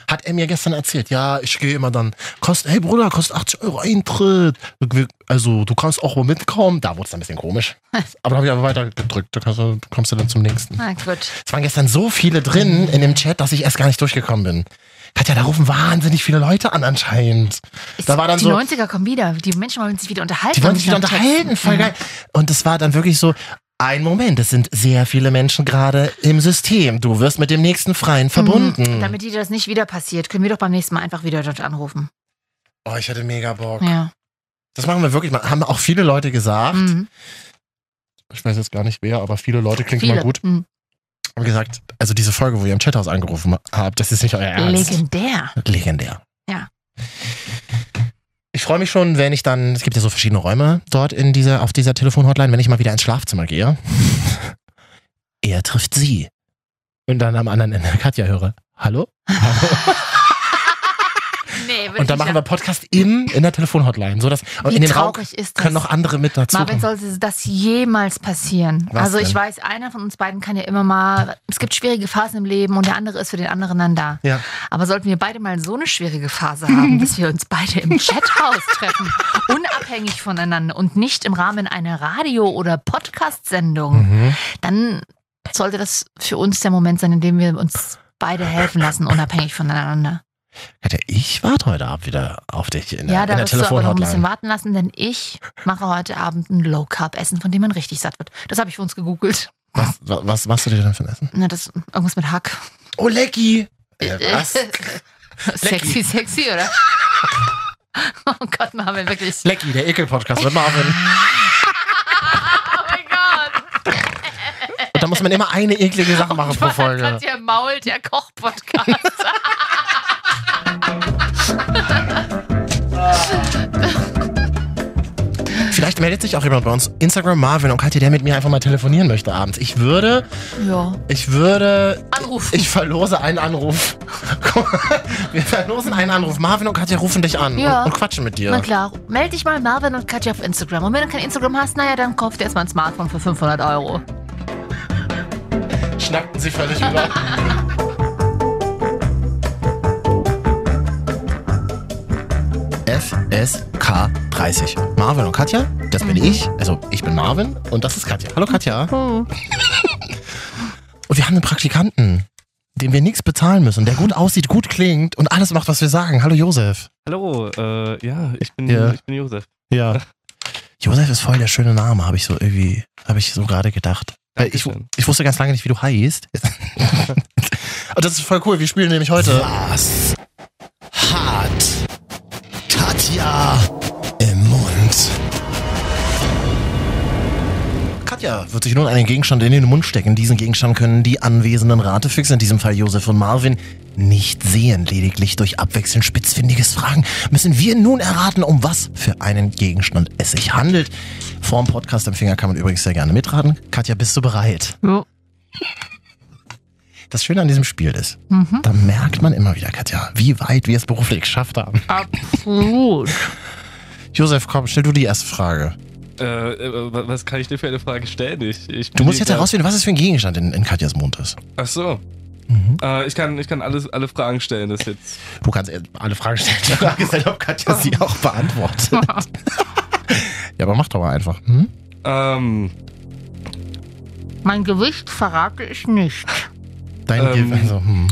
S1: Hat er mir gestern erzählt, ja, ich gehe immer dann, kost, hey Bruder, kostet 80 Euro Eintritt. Also du kannst auch mal mitkommen. Da wurde es ein bisschen komisch. Aber da habe ich aber weiter gedrückt, da kannst du, kommst du dann zum nächsten.
S2: Na gut.
S1: Es waren gestern so viele drin in dem Chat, dass ich erst gar nicht durchgekommen bin. Katja, da rufen wahnsinnig viele Leute an anscheinend.
S2: Ist-
S1: Da war dann
S2: die
S1: so-
S2: 90er kommen wieder. Die Menschen wollen sich wieder unterhalten.
S1: Die wollen
S2: und
S1: sich wieder
S2: nicht nach
S1: unterhalten,
S2: Texten.
S1: voll geil. Und das war dann wirklich so, ein Moment, es sind sehr viele Menschen gerade im System. Du wirst mit dem nächsten Freien verbunden.
S2: Mhm. Damit dir das nicht wieder passiert, können wir doch beim nächsten Mal einfach wieder dort anrufen.
S1: Oh, ich hätte mega Bock.
S2: Ja.
S1: Das machen wir wirklich mal. Haben auch viele Leute gesagt.
S2: Mhm.
S1: Ich weiß jetzt gar nicht wer, aber viele Leute klingt
S2: Viele.
S1: immer gut.
S2: Mhm.
S1: Haben gesagt, also diese Folge, wo ihr im Chathaus angerufen habt, das ist nicht euer Ernst.
S2: Legendär.
S1: Legendär.
S2: Ja.
S1: Ich freue mich schon, wenn ich dann, es gibt ja so verschiedene Räume dort in dieser, auf dieser Telefonhotline, wenn ich mal wieder ins Schlafzimmer gehe. er trifft sie. Und dann am anderen Ende Katja höre. Hallo?
S2: Nee,
S1: Und dann machen wir Podcast im, in der Telefonhotline. So dass, und
S2: Wie
S1: in den Raum
S2: traurig ist das?
S1: können noch andere mit dazu.
S2: Marvin, sollte das jemals passieren?
S1: Was
S2: also ich
S1: denn?
S2: weiß, einer von uns beiden kann ja immer mal, es gibt schwierige Phasen im Leben und der andere ist für den anderen dann da.
S1: Ja.
S2: Aber sollten wir beide mal so eine schwierige Phase haben, dass wir uns beide im Chathaus treffen, unabhängig voneinander und nicht im Rahmen einer Radio- oder Podcast-Sendung,
S1: Mhm.
S2: dann sollte das für uns der Moment sein, in dem wir uns beide helfen lassen, unabhängig voneinander.
S1: Katja, ich warte heute Abend wieder auf dich in der,
S2: Ja,
S1: in
S2: da
S1: der
S2: wirst du aber noch ein bisschen
S1: Telefonhotline.
S2: warten lassen, denn ich mache heute Abend ein Low-Carb-Essen, von dem man richtig satt wird. Das habe ich für uns gegoogelt.
S1: Was, was, was machst du dir denn für ein Essen?
S2: Na, das irgendwas mit Hack.
S1: Oh, Lecky! Äh, was?
S2: sexy, sexy, oder? oh Gott, Marvin, wirklich.
S1: Lecky, der Ekel-Podcast. Wird mal aufhören.
S2: Oh mein Gott.
S1: Und da muss man immer eine eklige Sache machen pro Folge.
S2: Katja Maul, der Koch-Podcast.
S1: Vielleicht meldet sich auch jemand bei uns. Instagram Marvin und Katja, der mit mir einfach mal telefonieren möchte abends. Ich würde,
S2: ja.
S1: ich würde,
S2: Anruf.
S1: ich verlose einen Anruf. Guck mal, Wir verlosen einen Anruf. Marvin und Katja rufen dich an
S2: Ja.
S1: und, und quatschen mit
S2: Na
S1: dir.
S2: klar, melde dich mal Marvin und Katja auf Instagram. Und wenn du kein Instagram hast, naja, dann kauf dir erstmal ein Smartphone für 500 Euro.
S1: Schnackten sie völlig über. FSK 30. Marvin und Katja, das bin ich. Also ich bin Marvin und das ist Katja. Hallo Katja. Und wir haben einen Praktikanten, dem wir nichts bezahlen müssen, der gut aussieht, gut klingt und alles macht, was wir sagen. Hallo Josef.
S6: Hallo, äh, ja, ich bin,
S1: Ja.
S6: ich bin Josef.
S1: Ja. Josef ist voll der schöne Name, habe ich so irgendwie, habe ich so gerade gedacht. Weil ich,
S6: Dankeschön.
S1: ich wusste ganz lange nicht, wie du heißt. Und das ist voll cool. Wir spielen nämlich heute. Was hat Katja im Mund? Katja wird sich nun einen Gegenstand in den Mund stecken. Diesen Gegenstand können die anwesenden Ratefix, in diesem Fall Josef und Marvin, nicht sehen. Lediglich durch abwechselnd spitzfindiges Fragen müssen wir nun erraten, um was für einen Gegenstand es sich handelt. Vorm Podcast am Finger kann man übrigens sehr gerne mitraten. Katja, bist du bereit?
S2: Jo.
S1: Das Schöne an diesem Spiel ist,
S2: Mhm.
S1: da merkt man immer wieder, Katja, wie weit wir es beruflich geschafft haben.
S2: Absolut.
S1: Josef, komm, stell du die erste Frage.
S6: Äh, äh, wa- was kann ich dir für eine Frage stellen? Ich, ich
S1: Du
S6: bin
S1: musst
S6: hier
S1: jetzt
S6: grad-
S1: herausfinden, was es für ein Gegenstand in, in Katjas Mund ist.
S6: Ach so.
S1: Mhm.
S6: Äh, ich kann, ich kann alles, alle Fragen stellen, das jetzt.
S1: Du kannst äh, alle Fragen stellen. Die Frage ist halt, ob Katja sie auch beantwortet. ja, aber mach doch mal einfach. Hm?
S6: Ähm,
S2: Mein Gewicht verrate ich nicht.
S1: Dein
S6: Ähm,
S1: Ge- also, hm.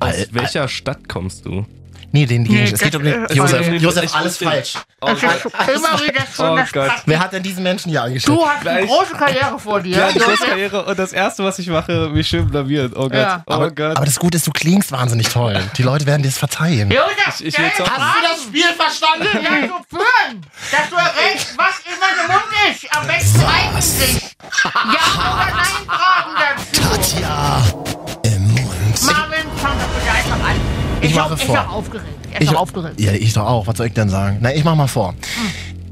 S6: aus
S1: Al-
S6: welcher Stadt kommst du?
S1: Nee, den
S2: Nee,
S1: Gegenstand. es geht um den.
S2: das-
S1: Josef,
S6: ich-
S1: Josef,
S6: ich-
S1: alles
S6: ich-
S1: falsch.
S2: Das ist immer wieder schon
S6: Oh
S2: das
S6: Gott.
S1: Wer hat denn diesen Menschen hier angeschickt?
S2: Du hast eine
S6: Gleich.
S2: große Karriere vor dir.
S6: Ja, die
S2: Josef.
S6: Karriere und das erste, was ich mache, mich schön blamiert. Oh Gott.
S2: Ja.
S6: Oh
S1: aber,
S6: Gott.
S1: aber das Gute ist, du klingst wahnsinnig toll. Die Leute werden dir es verzeihen.
S2: Josef,
S6: Ich- ich
S2: stell
S6: will's auch-
S2: Fragen,
S1: Hast du das Spiel verstanden?
S2: die dazu führen, dass du errätst, was in meinem Mund ist. Am besten eigentlich. Ja oder nein Fragen dazu.
S1: Katja im Mund.
S2: Marvin, fang doch bitte einfach an.
S1: Ich
S2: Er ist
S1: mache
S2: auch-
S1: vor.
S2: Er ist auch aufgeregt. Er ist auch aufgeregt.
S1: Ja, ich doch auch. Was soll ich denn sagen? Na, ich mach mal vor.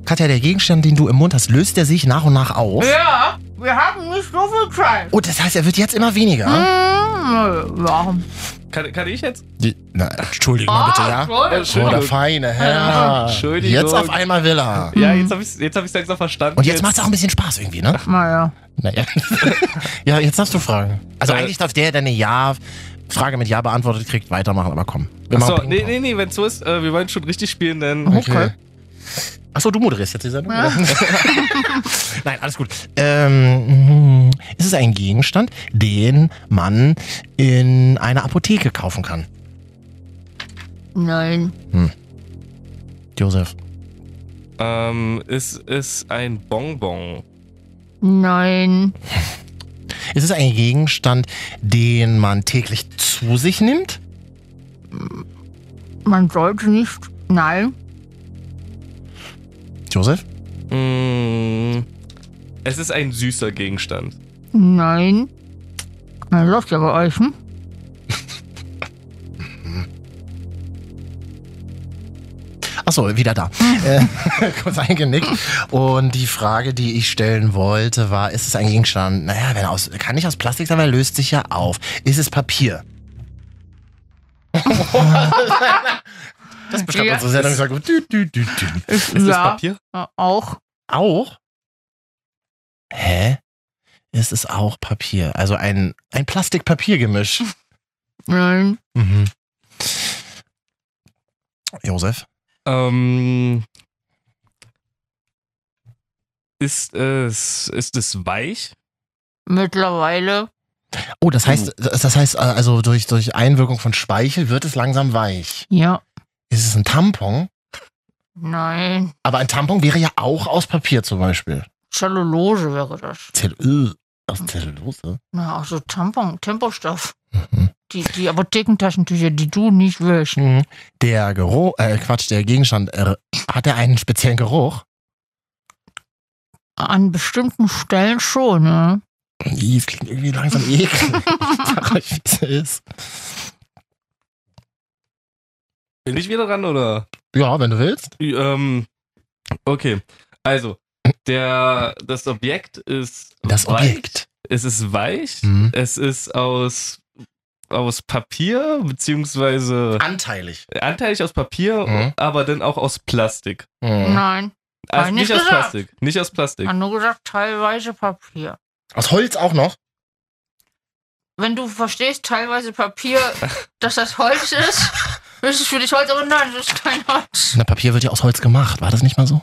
S1: Katja, der Gegenstand, den du im Mund hast, löst er sich nach und nach auf.
S2: Ja, wir haben nicht so viel Zeit.
S1: Oh, das heißt, er wird jetzt immer weniger.
S2: Hm, warum?
S6: Kann, kann ich jetzt? Oh,
S1: Die, na, Entschuldigung mal bitte, ja? So, der feine Herr.
S6: Entschuldigung.
S1: Jetzt auf einmal will er.
S6: Ja, jetzt habe ich jetzt hab ich's langsam verstanden.
S1: Und jetzt macht's auch ein bisschen Spaß irgendwie, ne?
S2: Naja.
S1: Naja. ja, jetzt darfst du fragen. Also
S6: Äh.
S1: eigentlich darf der, der eine Ja-Frage mit Ja beantwortet kriegt, weitermachen, aber komm. Wir
S6: Achso,
S1: machen
S6: nee,
S1: Ping-Pong.
S6: nee, nee, wenn's so ist, äh, wir wollen schon richtig spielen, denn.
S1: Okay. Achso, du moderierst jetzt die Sendung. oder? Nein, alles gut. Ähm, mhm. ist es ein Gegenstand, den man in einer Apotheke kaufen kann?
S2: Nein.
S1: Josef.
S6: Ähm, es ist ein Bonbon.
S2: Nein.
S1: Ist es ein Gegenstand, den man täglich zu sich nimmt?
S2: Man sollte nicht. Nein.
S1: Josef?
S6: Mm, es ist ein süßer Gegenstand.
S2: Nein. Na, läuft ja bei euch, hm?
S1: Achso, wieder da. äh, kurz eingenickt. Und die Frage, die ich stellen wollte, war, ist es ein Gegenstand? Naja, wenn er aus, kann nicht aus Plastik sein, weil er löst sich ja auf. Ist es Papier? das beschreibt
S2: Ja.
S1: unsere Sendung. Ich sage, dü, dü, dü, dü.
S6: Ist das
S2: ja,
S6: Papier?
S2: äh, auch.
S1: Auch? Hä? Es ist auch Papier. Also ein, ein Plastik-Papier-Gemisch.
S2: Nein.
S1: Mhm. Josef?
S6: Ähm. Ist es, ist es weich?
S2: Mittlerweile.
S1: Oh, das heißt, das das heißt äh, also durch, durch Einwirkung von Speichel wird es langsam weich.
S2: Ja.
S1: Ist es ein Tampon?
S2: Nein.
S1: Aber ein Tampon wäre ja auch aus Papier zum Beispiel.
S2: Zellulose wäre das.
S1: Zell äh, aus Zellulose?
S2: Na, also Tampon, Tempostoff.
S1: Mhm.
S2: Die, die Apothekentaschentücher, die du nicht willst.
S1: Mhm. Der Geruch, äh, Quatsch, der Gegenstand, äh, hat er einen speziellen Geruch?
S2: An bestimmten Stellen schon, ne?
S1: Ih, Es klingt irgendwie langsam eklig. Sag euch, wie es ist.
S6: Bin ich wieder dran, oder?
S1: Ja, wenn du willst.
S6: Ähm, okay. Also, der, das Objekt ist.
S1: Das
S6: weich.
S1: Objekt.
S6: Es ist weich.
S1: Mhm.
S6: Es ist aus, aus Papier, beziehungsweise
S1: Anteilig.
S6: anteilig aus Papier,
S1: Mhm.
S6: aber dann auch aus Plastik.
S1: Mhm.
S2: Nein. Hab
S6: Also
S2: ich
S6: nicht,
S2: nicht
S6: aus
S2: gesagt.
S6: Plastik. Nicht aus Plastik.
S2: Hat nur gesagt, teilweise Papier.
S1: Aus Holz auch noch?
S2: Wenn du verstehst, teilweise Papier, dass das Holz ist, ist es für dich Holz, aber nein, das ist kein Holz.
S1: Na, Papier wird ja aus Holz gemacht. War das nicht mal so?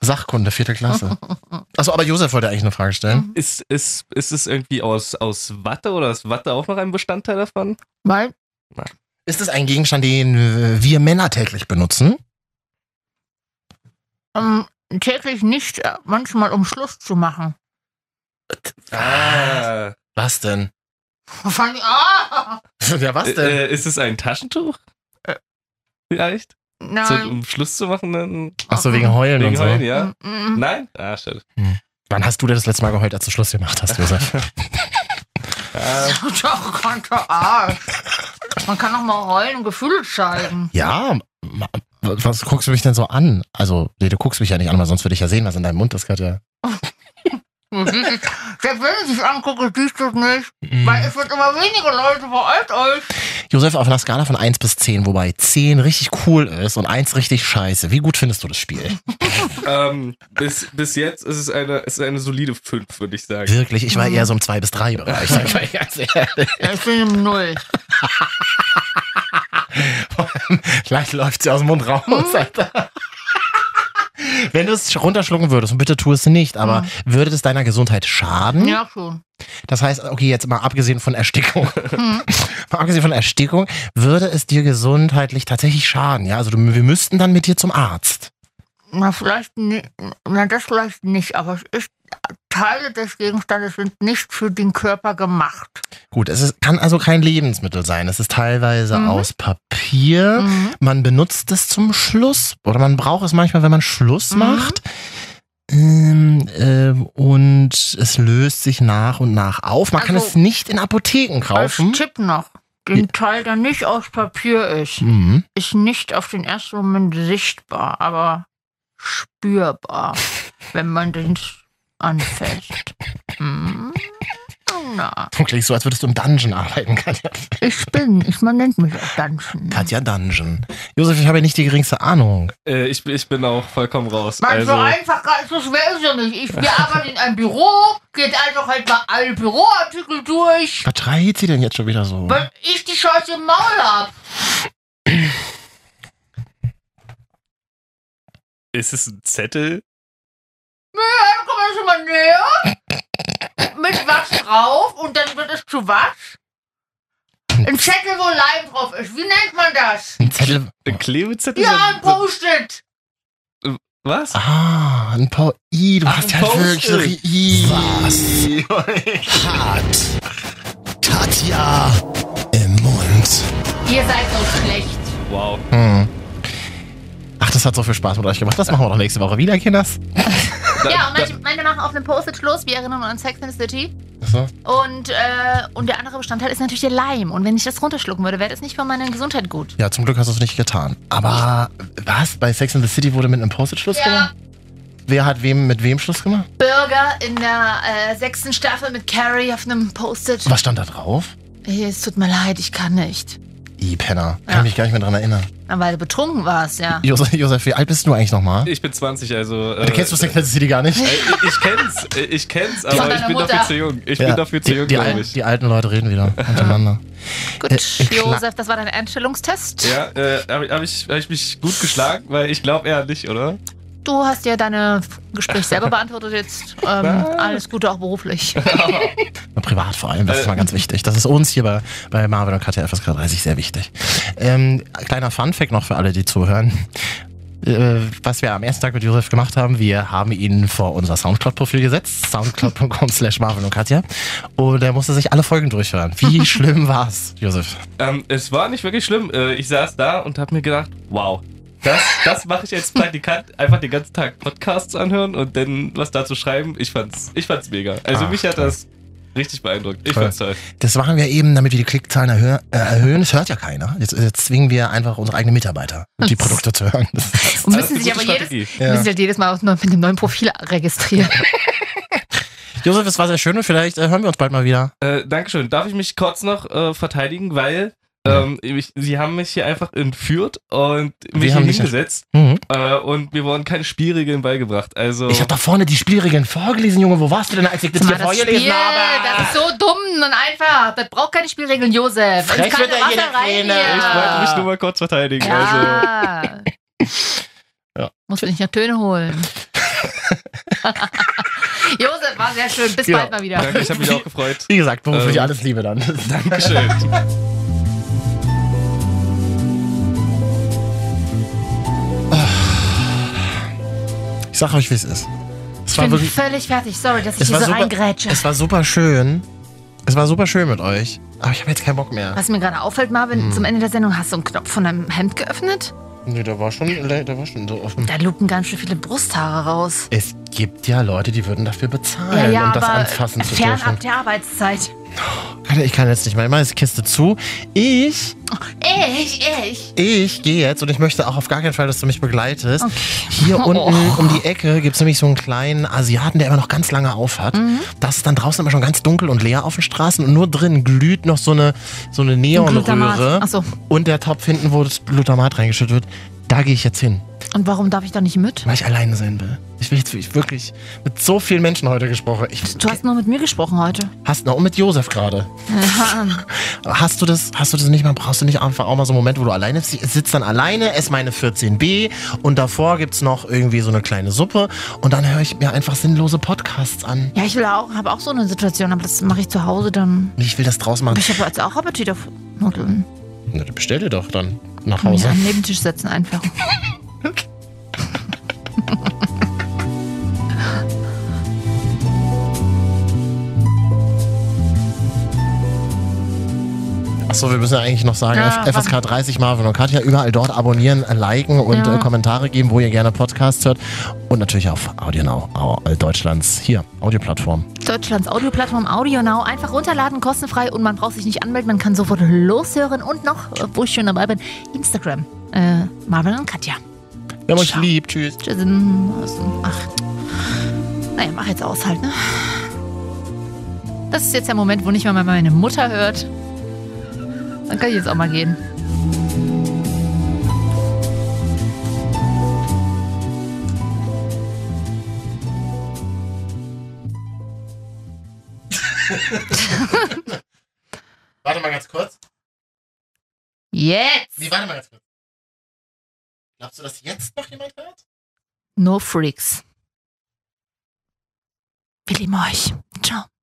S1: Sachkunde, vierte Klasse. Achso, aber Josef wollte eigentlich eine Frage stellen.
S6: Ist, ist, ist es irgendwie aus, aus Watte oder ist Watte auch noch ein Bestandteil davon?
S2: Nein.
S1: Ist es ein Gegenstand, den äh, wir Männer täglich benutzen?
S2: Ähm, täglich nicht, äh, manchmal um Schluss zu machen.
S6: Ah.
S1: Was denn?
S2: Fand ich, ah!
S1: Ja, was denn?
S6: Äh, ist es ein Taschentuch? Vielleicht? So,
S2: Äh. Nein.
S6: um Schluss zu machen, dann
S1: Achso, wegen Heulen
S6: wegen
S1: und Genau so.
S6: Heulen, ja?
S2: Mm, mm.
S6: Nein? Ah, schade.
S1: Wann hast du denn das letzte Mal geheult, als du Schluss gemacht hast, Josef?
S6: Ah,
S2: Doch, konnte Arsch. Man kann auch mal heulen und Gefühle zeigen.
S1: ja, ma- was guckst du mich denn so an? Also, nee, du guckst mich ja nicht an, weil sonst würde ich ja sehen, was in deinem Mund ist, Katja.
S2: Mhm. Selbst wenn ich dich angucke, siehst du es nicht. Weil es wird immer weniger Leute veraltet euch.
S1: Josef, auf einer Skala von 1 bis 10, wobei 10 richtig cool ist und 1 richtig scheiße. Wie gut findest du das Spiel?
S6: Ähm, bis, bis jetzt ist es eine, ist eine solide 5, würde ich sagen.
S1: Wirklich, ich war eher so im 2 bis 3 Bereich. Sag ich mal ganz ehrlich.
S2: Ja, ich bin im Null.
S1: Gleich läuft sie aus dem Mund raus, Alter. Wenn du es runterschlucken würdest, und bitte tu es nicht, aber würde es deiner Gesundheit schaden?
S2: Ja, schon.
S1: Das heißt, okay, jetzt mal abgesehen von Erstickung. mal abgesehen von Erstickung, würde es dir gesundheitlich tatsächlich schaden? Ja, also du, wir müssten dann mit dir zum Arzt.
S2: Na, vielleicht nicht, na, das vielleicht nicht, aber es ist, Teile des Gegenstandes sind nicht für den Körper gemacht.
S1: Gut, es ist, kann also kein Lebensmittel sein. Es ist teilweise
S2: Mhm.
S1: aus Papier.
S2: Mhm.
S1: Man benutzt es zum Schluss oder man braucht es manchmal, wenn man Schluss
S2: Mhm.
S1: macht. Ähm, ähm, und es löst sich nach und nach auf. Man kann
S2: Also,
S1: es nicht in Apotheken
S2: Als
S1: kaufen.
S2: Tipp noch.
S1: Ja.
S2: Den Teil, der nicht aus Papier ist,
S1: Mhm.
S2: ist nicht auf den ersten Moment sichtbar, aber spürbar, wenn man den anfasst. Hm? Na,
S1: Du klingst so, als würdest du im Dungeon arbeiten, Katja.
S2: ich bin, ich, man nennt mich auch Dungeon.
S1: Katja Dungeon. Josef, ich habe ja nicht die geringste Ahnung.
S6: Äh, ich, bin- ich bin auch vollkommen raus.
S2: Man, so
S6: Also,
S2: einfach ist das wäre es ja nicht. Ich, wir arbeiten in einem Büro, geht einfach halt mal alle Büroartikel durch,
S1: Was schreit sie denn jetzt schon wieder so?
S2: weil ich die Scheiße im Maul hab.
S6: ist es ein Zettel?
S2: Dann kommt das immer näher, mit was drauf und dann wird es zu was? Ein Zettel, wo Leim drauf ist. Wie nennt man das?
S1: Ein Zettel.
S6: Ein Klebezettel?
S2: Ja,
S6: So-
S2: ein Post-it.
S6: so- Was?
S1: Ah, ein paar I. Du
S6: Ach,
S1: hast
S6: ein
S1: ja halt wirklich so
S6: Post-it.
S1: I.
S8: Hart. Katja im Mund.
S2: Ihr seid so schlecht.
S6: Wow.
S1: Ach, das hat so viel Spaß mit euch gemacht. Das machen wir doch nächste Woche wieder, Kinders.
S2: Ja, und manche, manche machen auf einem Post-it Schluss. Wir erinnern uns an Sex in the City.
S1: So.
S2: Und, äh, und der andere Bestandteil ist natürlich der Leim. Und wenn ich das runterschlucken würde, wäre das nicht für meine Gesundheit gut.
S1: Ja, zum Glück hast du es nicht getan. Aber was? Bei Sex in the City wurde mit einem Post-it Schluss gemacht? Wer hat wem mit wem Schluss gemacht?
S2: Burger in der äh, sechsten Staffel mit Carrie auf einem Post-it.
S1: Was stand da drauf?
S2: Hey, es tut mir leid, ich kann nicht.
S1: I, Penner. Kann
S2: Ja.
S1: mich gar nicht mehr dran erinnern.
S2: Na, Weil du betrunken warst, ja.
S1: Josef, Josef, wie alt bist du eigentlich nochmal?
S6: Ich bin 20, also. Äh,
S1: Du kennst du Sex in the City gar nicht?
S6: äh, ich, ich kenn's, äh, ich kenn's,
S2: von
S6: aber ich
S2: deiner
S6: bin
S2: Mutter.
S6: dafür zu jung. Ich bin dafür zu
S1: die,
S6: jung,
S1: die,
S6: glaube
S1: alten,
S6: ich.
S1: die alten Leute reden wieder untereinander.
S2: Gut,
S1: Äh, ich schla-
S2: Josef, das war dein Einstellungstest.
S6: Ja, äh, habe hab ich, hab ich mich gut geschlagen, weil ich glaube eher nicht, oder?
S2: Du hast ja deine Gespräche selber beantwortet jetzt. Ähm, alles Gute auch beruflich.
S1: Privat vor allem, das ist
S6: Äh.
S1: mal ganz wichtig. Das ist uns hier bei, bei Marvin und Katja FSK 30 sehr wichtig. Ähm, kleiner Funfact noch für alle, die zuhören. Äh, Was wir am ersten Tag mit Josef gemacht haben, wir haben ihn vor unser Soundcloud-Profil gesetzt, soundcloud.com slash Marvin und Katja. Und er musste sich alle Folgen durchhören. Wie schlimm war's, Josef?
S6: Ähm, es war nicht wirklich schlimm. Äh, ich saß da und habe mir gedacht, wow, das, das mache ich als Praktikant. Einfach den ganzen Tag Podcasts anhören und dann was dazu schreiben. Ich fand's, ich fand's mega. Also
S1: Ah,
S6: mich hat
S1: toll.
S6: das richtig beeindruckt. Ich
S1: Toll.
S6: fand's toll.
S1: Das machen wir eben, damit wir die Klickzahlen erhö äh, erhöhen. Das hört ja keiner. Jetzt, jetzt zwingen wir einfach unsere eigenen Mitarbeiter, die Produkte zu hören. Das ist
S2: Und
S6: Das
S2: müssen
S6: ist
S2: sich
S6: eine
S2: aber
S6: gute
S2: jedes,
S6: Strategie.
S1: Ja.
S2: müssen sich halt jedes Mal auf, neu- mit dem neuen Profil registrieren.
S1: Josef, es war sehr schön und vielleicht äh, hören wir uns bald mal wieder.
S6: Äh, Dankeschön. Darf ich mich kurz noch äh, verteidigen, weil ähm, ich, sie haben mich hier einfach entführt und mich hier
S1: haben dich
S6: hingesetzt
S1: Mhm.
S6: äh, und mir wurden keine Spielregeln beigebracht. Also
S1: Ich habe da vorne die Spielregeln vorgelesen, Junge. Wo warst du denn, als ich das
S2: Mal
S1: hier
S2: das
S1: vorgelesen
S2: Spiel,
S1: habe?
S2: das ist so dumm und einfach. Das braucht keine Spielregeln, Josef.
S1: Frech
S2: Ins kalte
S1: wird da jeder
S2: Wasser rein
S1: Trainer.
S2: hier.
S6: ich wollte
S2: Ah.
S6: mich nur mal kurz verteidigen. Also,
S2: Ja.
S1: Ja.
S2: Muss man nicht nach Töne holen. Josef, war sehr schön. Bis
S1: Ja.
S2: bald mal wieder.
S6: danke, ich habe mich auch gefreut.
S1: Wie gesagt, beruflich
S6: Ähm.
S1: alles Liebe dann.
S6: Dankeschön.
S1: Ich sag euch, wie es ist. Es
S2: Ich
S1: war
S2: bin
S1: wirklich.
S2: völlig fertig. Sorry, dass ich
S1: Es
S2: hier
S1: war,
S2: so
S1: super,
S2: reingrätsche.
S1: es war super schön. Es war super schön mit euch. Aber ich habe jetzt keinen Bock mehr.
S2: Was mir gerade auffällt, Marvin,
S1: Hm.
S2: zum Ende der Sendung hast du einen Knopf von deinem Hemd geöffnet.
S1: Nee, da war schon, da war schon so offen.
S2: Da lupen ganz schön viele Brusthaare raus.
S1: Es gibt ja Leute, die würden dafür bezahlen, um das anfassen zu
S2: fernab
S1: dürfen.
S2: der Arbeitszeit.
S1: kann, ich kann jetzt nicht mehr. Ich mache jetzt die Kiste zu. Ich,
S9: Oh, Ich, ich.
S1: ich gehe jetzt und ich möchte auch auf gar keinen Fall, dass du mich begleitest.
S9: Okay.
S1: Hier
S9: Oh.
S1: unten um die Ecke gibt es nämlich so einen kleinen Asiaten, der immer noch ganz lange auf hat.
S9: Mhm.
S1: Das ist dann draußen immer schon ganz dunkel und leer auf den Straßen und nur drin glüht noch so eine, so eine Neonröhre.
S9: Glutamat. Ach so.
S1: Und der Topf hinten, wo das Glutamat reingeschüttet wird. Da gehe ich jetzt hin,
S9: Und warum darf ich da nicht mit?
S1: weil ich alleine sein will. Ich will jetzt ich wirklich mit so vielen Menschen heute gesprochen. Ich,
S9: Du hast nur mit mir gesprochen heute.
S1: hast noch und mit Josef gerade. Hast du das, hast du das nicht mal, brauchst du nicht einfach auch mal so einen Moment, wo du alleine si- sitzt dann alleine, ess meine 14b und davor gibt's noch irgendwie so eine kleine Suppe und dann höre ich mir einfach sinnlose Podcasts an.
S9: Ja, ich will auch, habe auch so eine Situation, aber das mache ich zu Hause dann.
S1: Ich will das draus machen.
S9: Ich habe jetzt auch Appetit auf Nudeln.
S1: Na, dann bestell dir doch dann nach
S9: Kann mich
S1: Hause.
S9: an den Nebentisch setzen einfach.
S1: Achso, wir müssen ja eigentlich noch sagen,
S9: Ja,
S1: F- FSK 30 Marvin und Katja, überall dort abonnieren, äh, liken und
S9: Ja.
S1: äh, Kommentare geben, wo ihr gerne Podcasts hört. Und natürlich auf Audio Now, au- äh, Deutschlands hier, Audioplattform.
S9: Deutschlands Audioplattform AudioNow. Einfach runterladen, kostenfrei und man braucht sich nicht anmelden. Man kann sofort loshören und noch, äh, wo ich schon dabei bin, Instagram. Äh, Marvin und Katja.
S1: Wir haben euch
S9: Ciao.
S1: lieb, tschüss.
S9: Tschüss. Ach. Naja, mach jetzt aus halt, ne? Das ist jetzt der Moment, wo nicht mal meine Mutter hört. Dann kann ich jetzt auch mal gehen.
S1: Warte mal ganz kurz.
S9: Jetzt!
S1: Nee, warte mal ganz kurz. Glaubst du, dass jetzt noch jemand hört?
S9: No Freaks. Wir lieben euch. Ciao.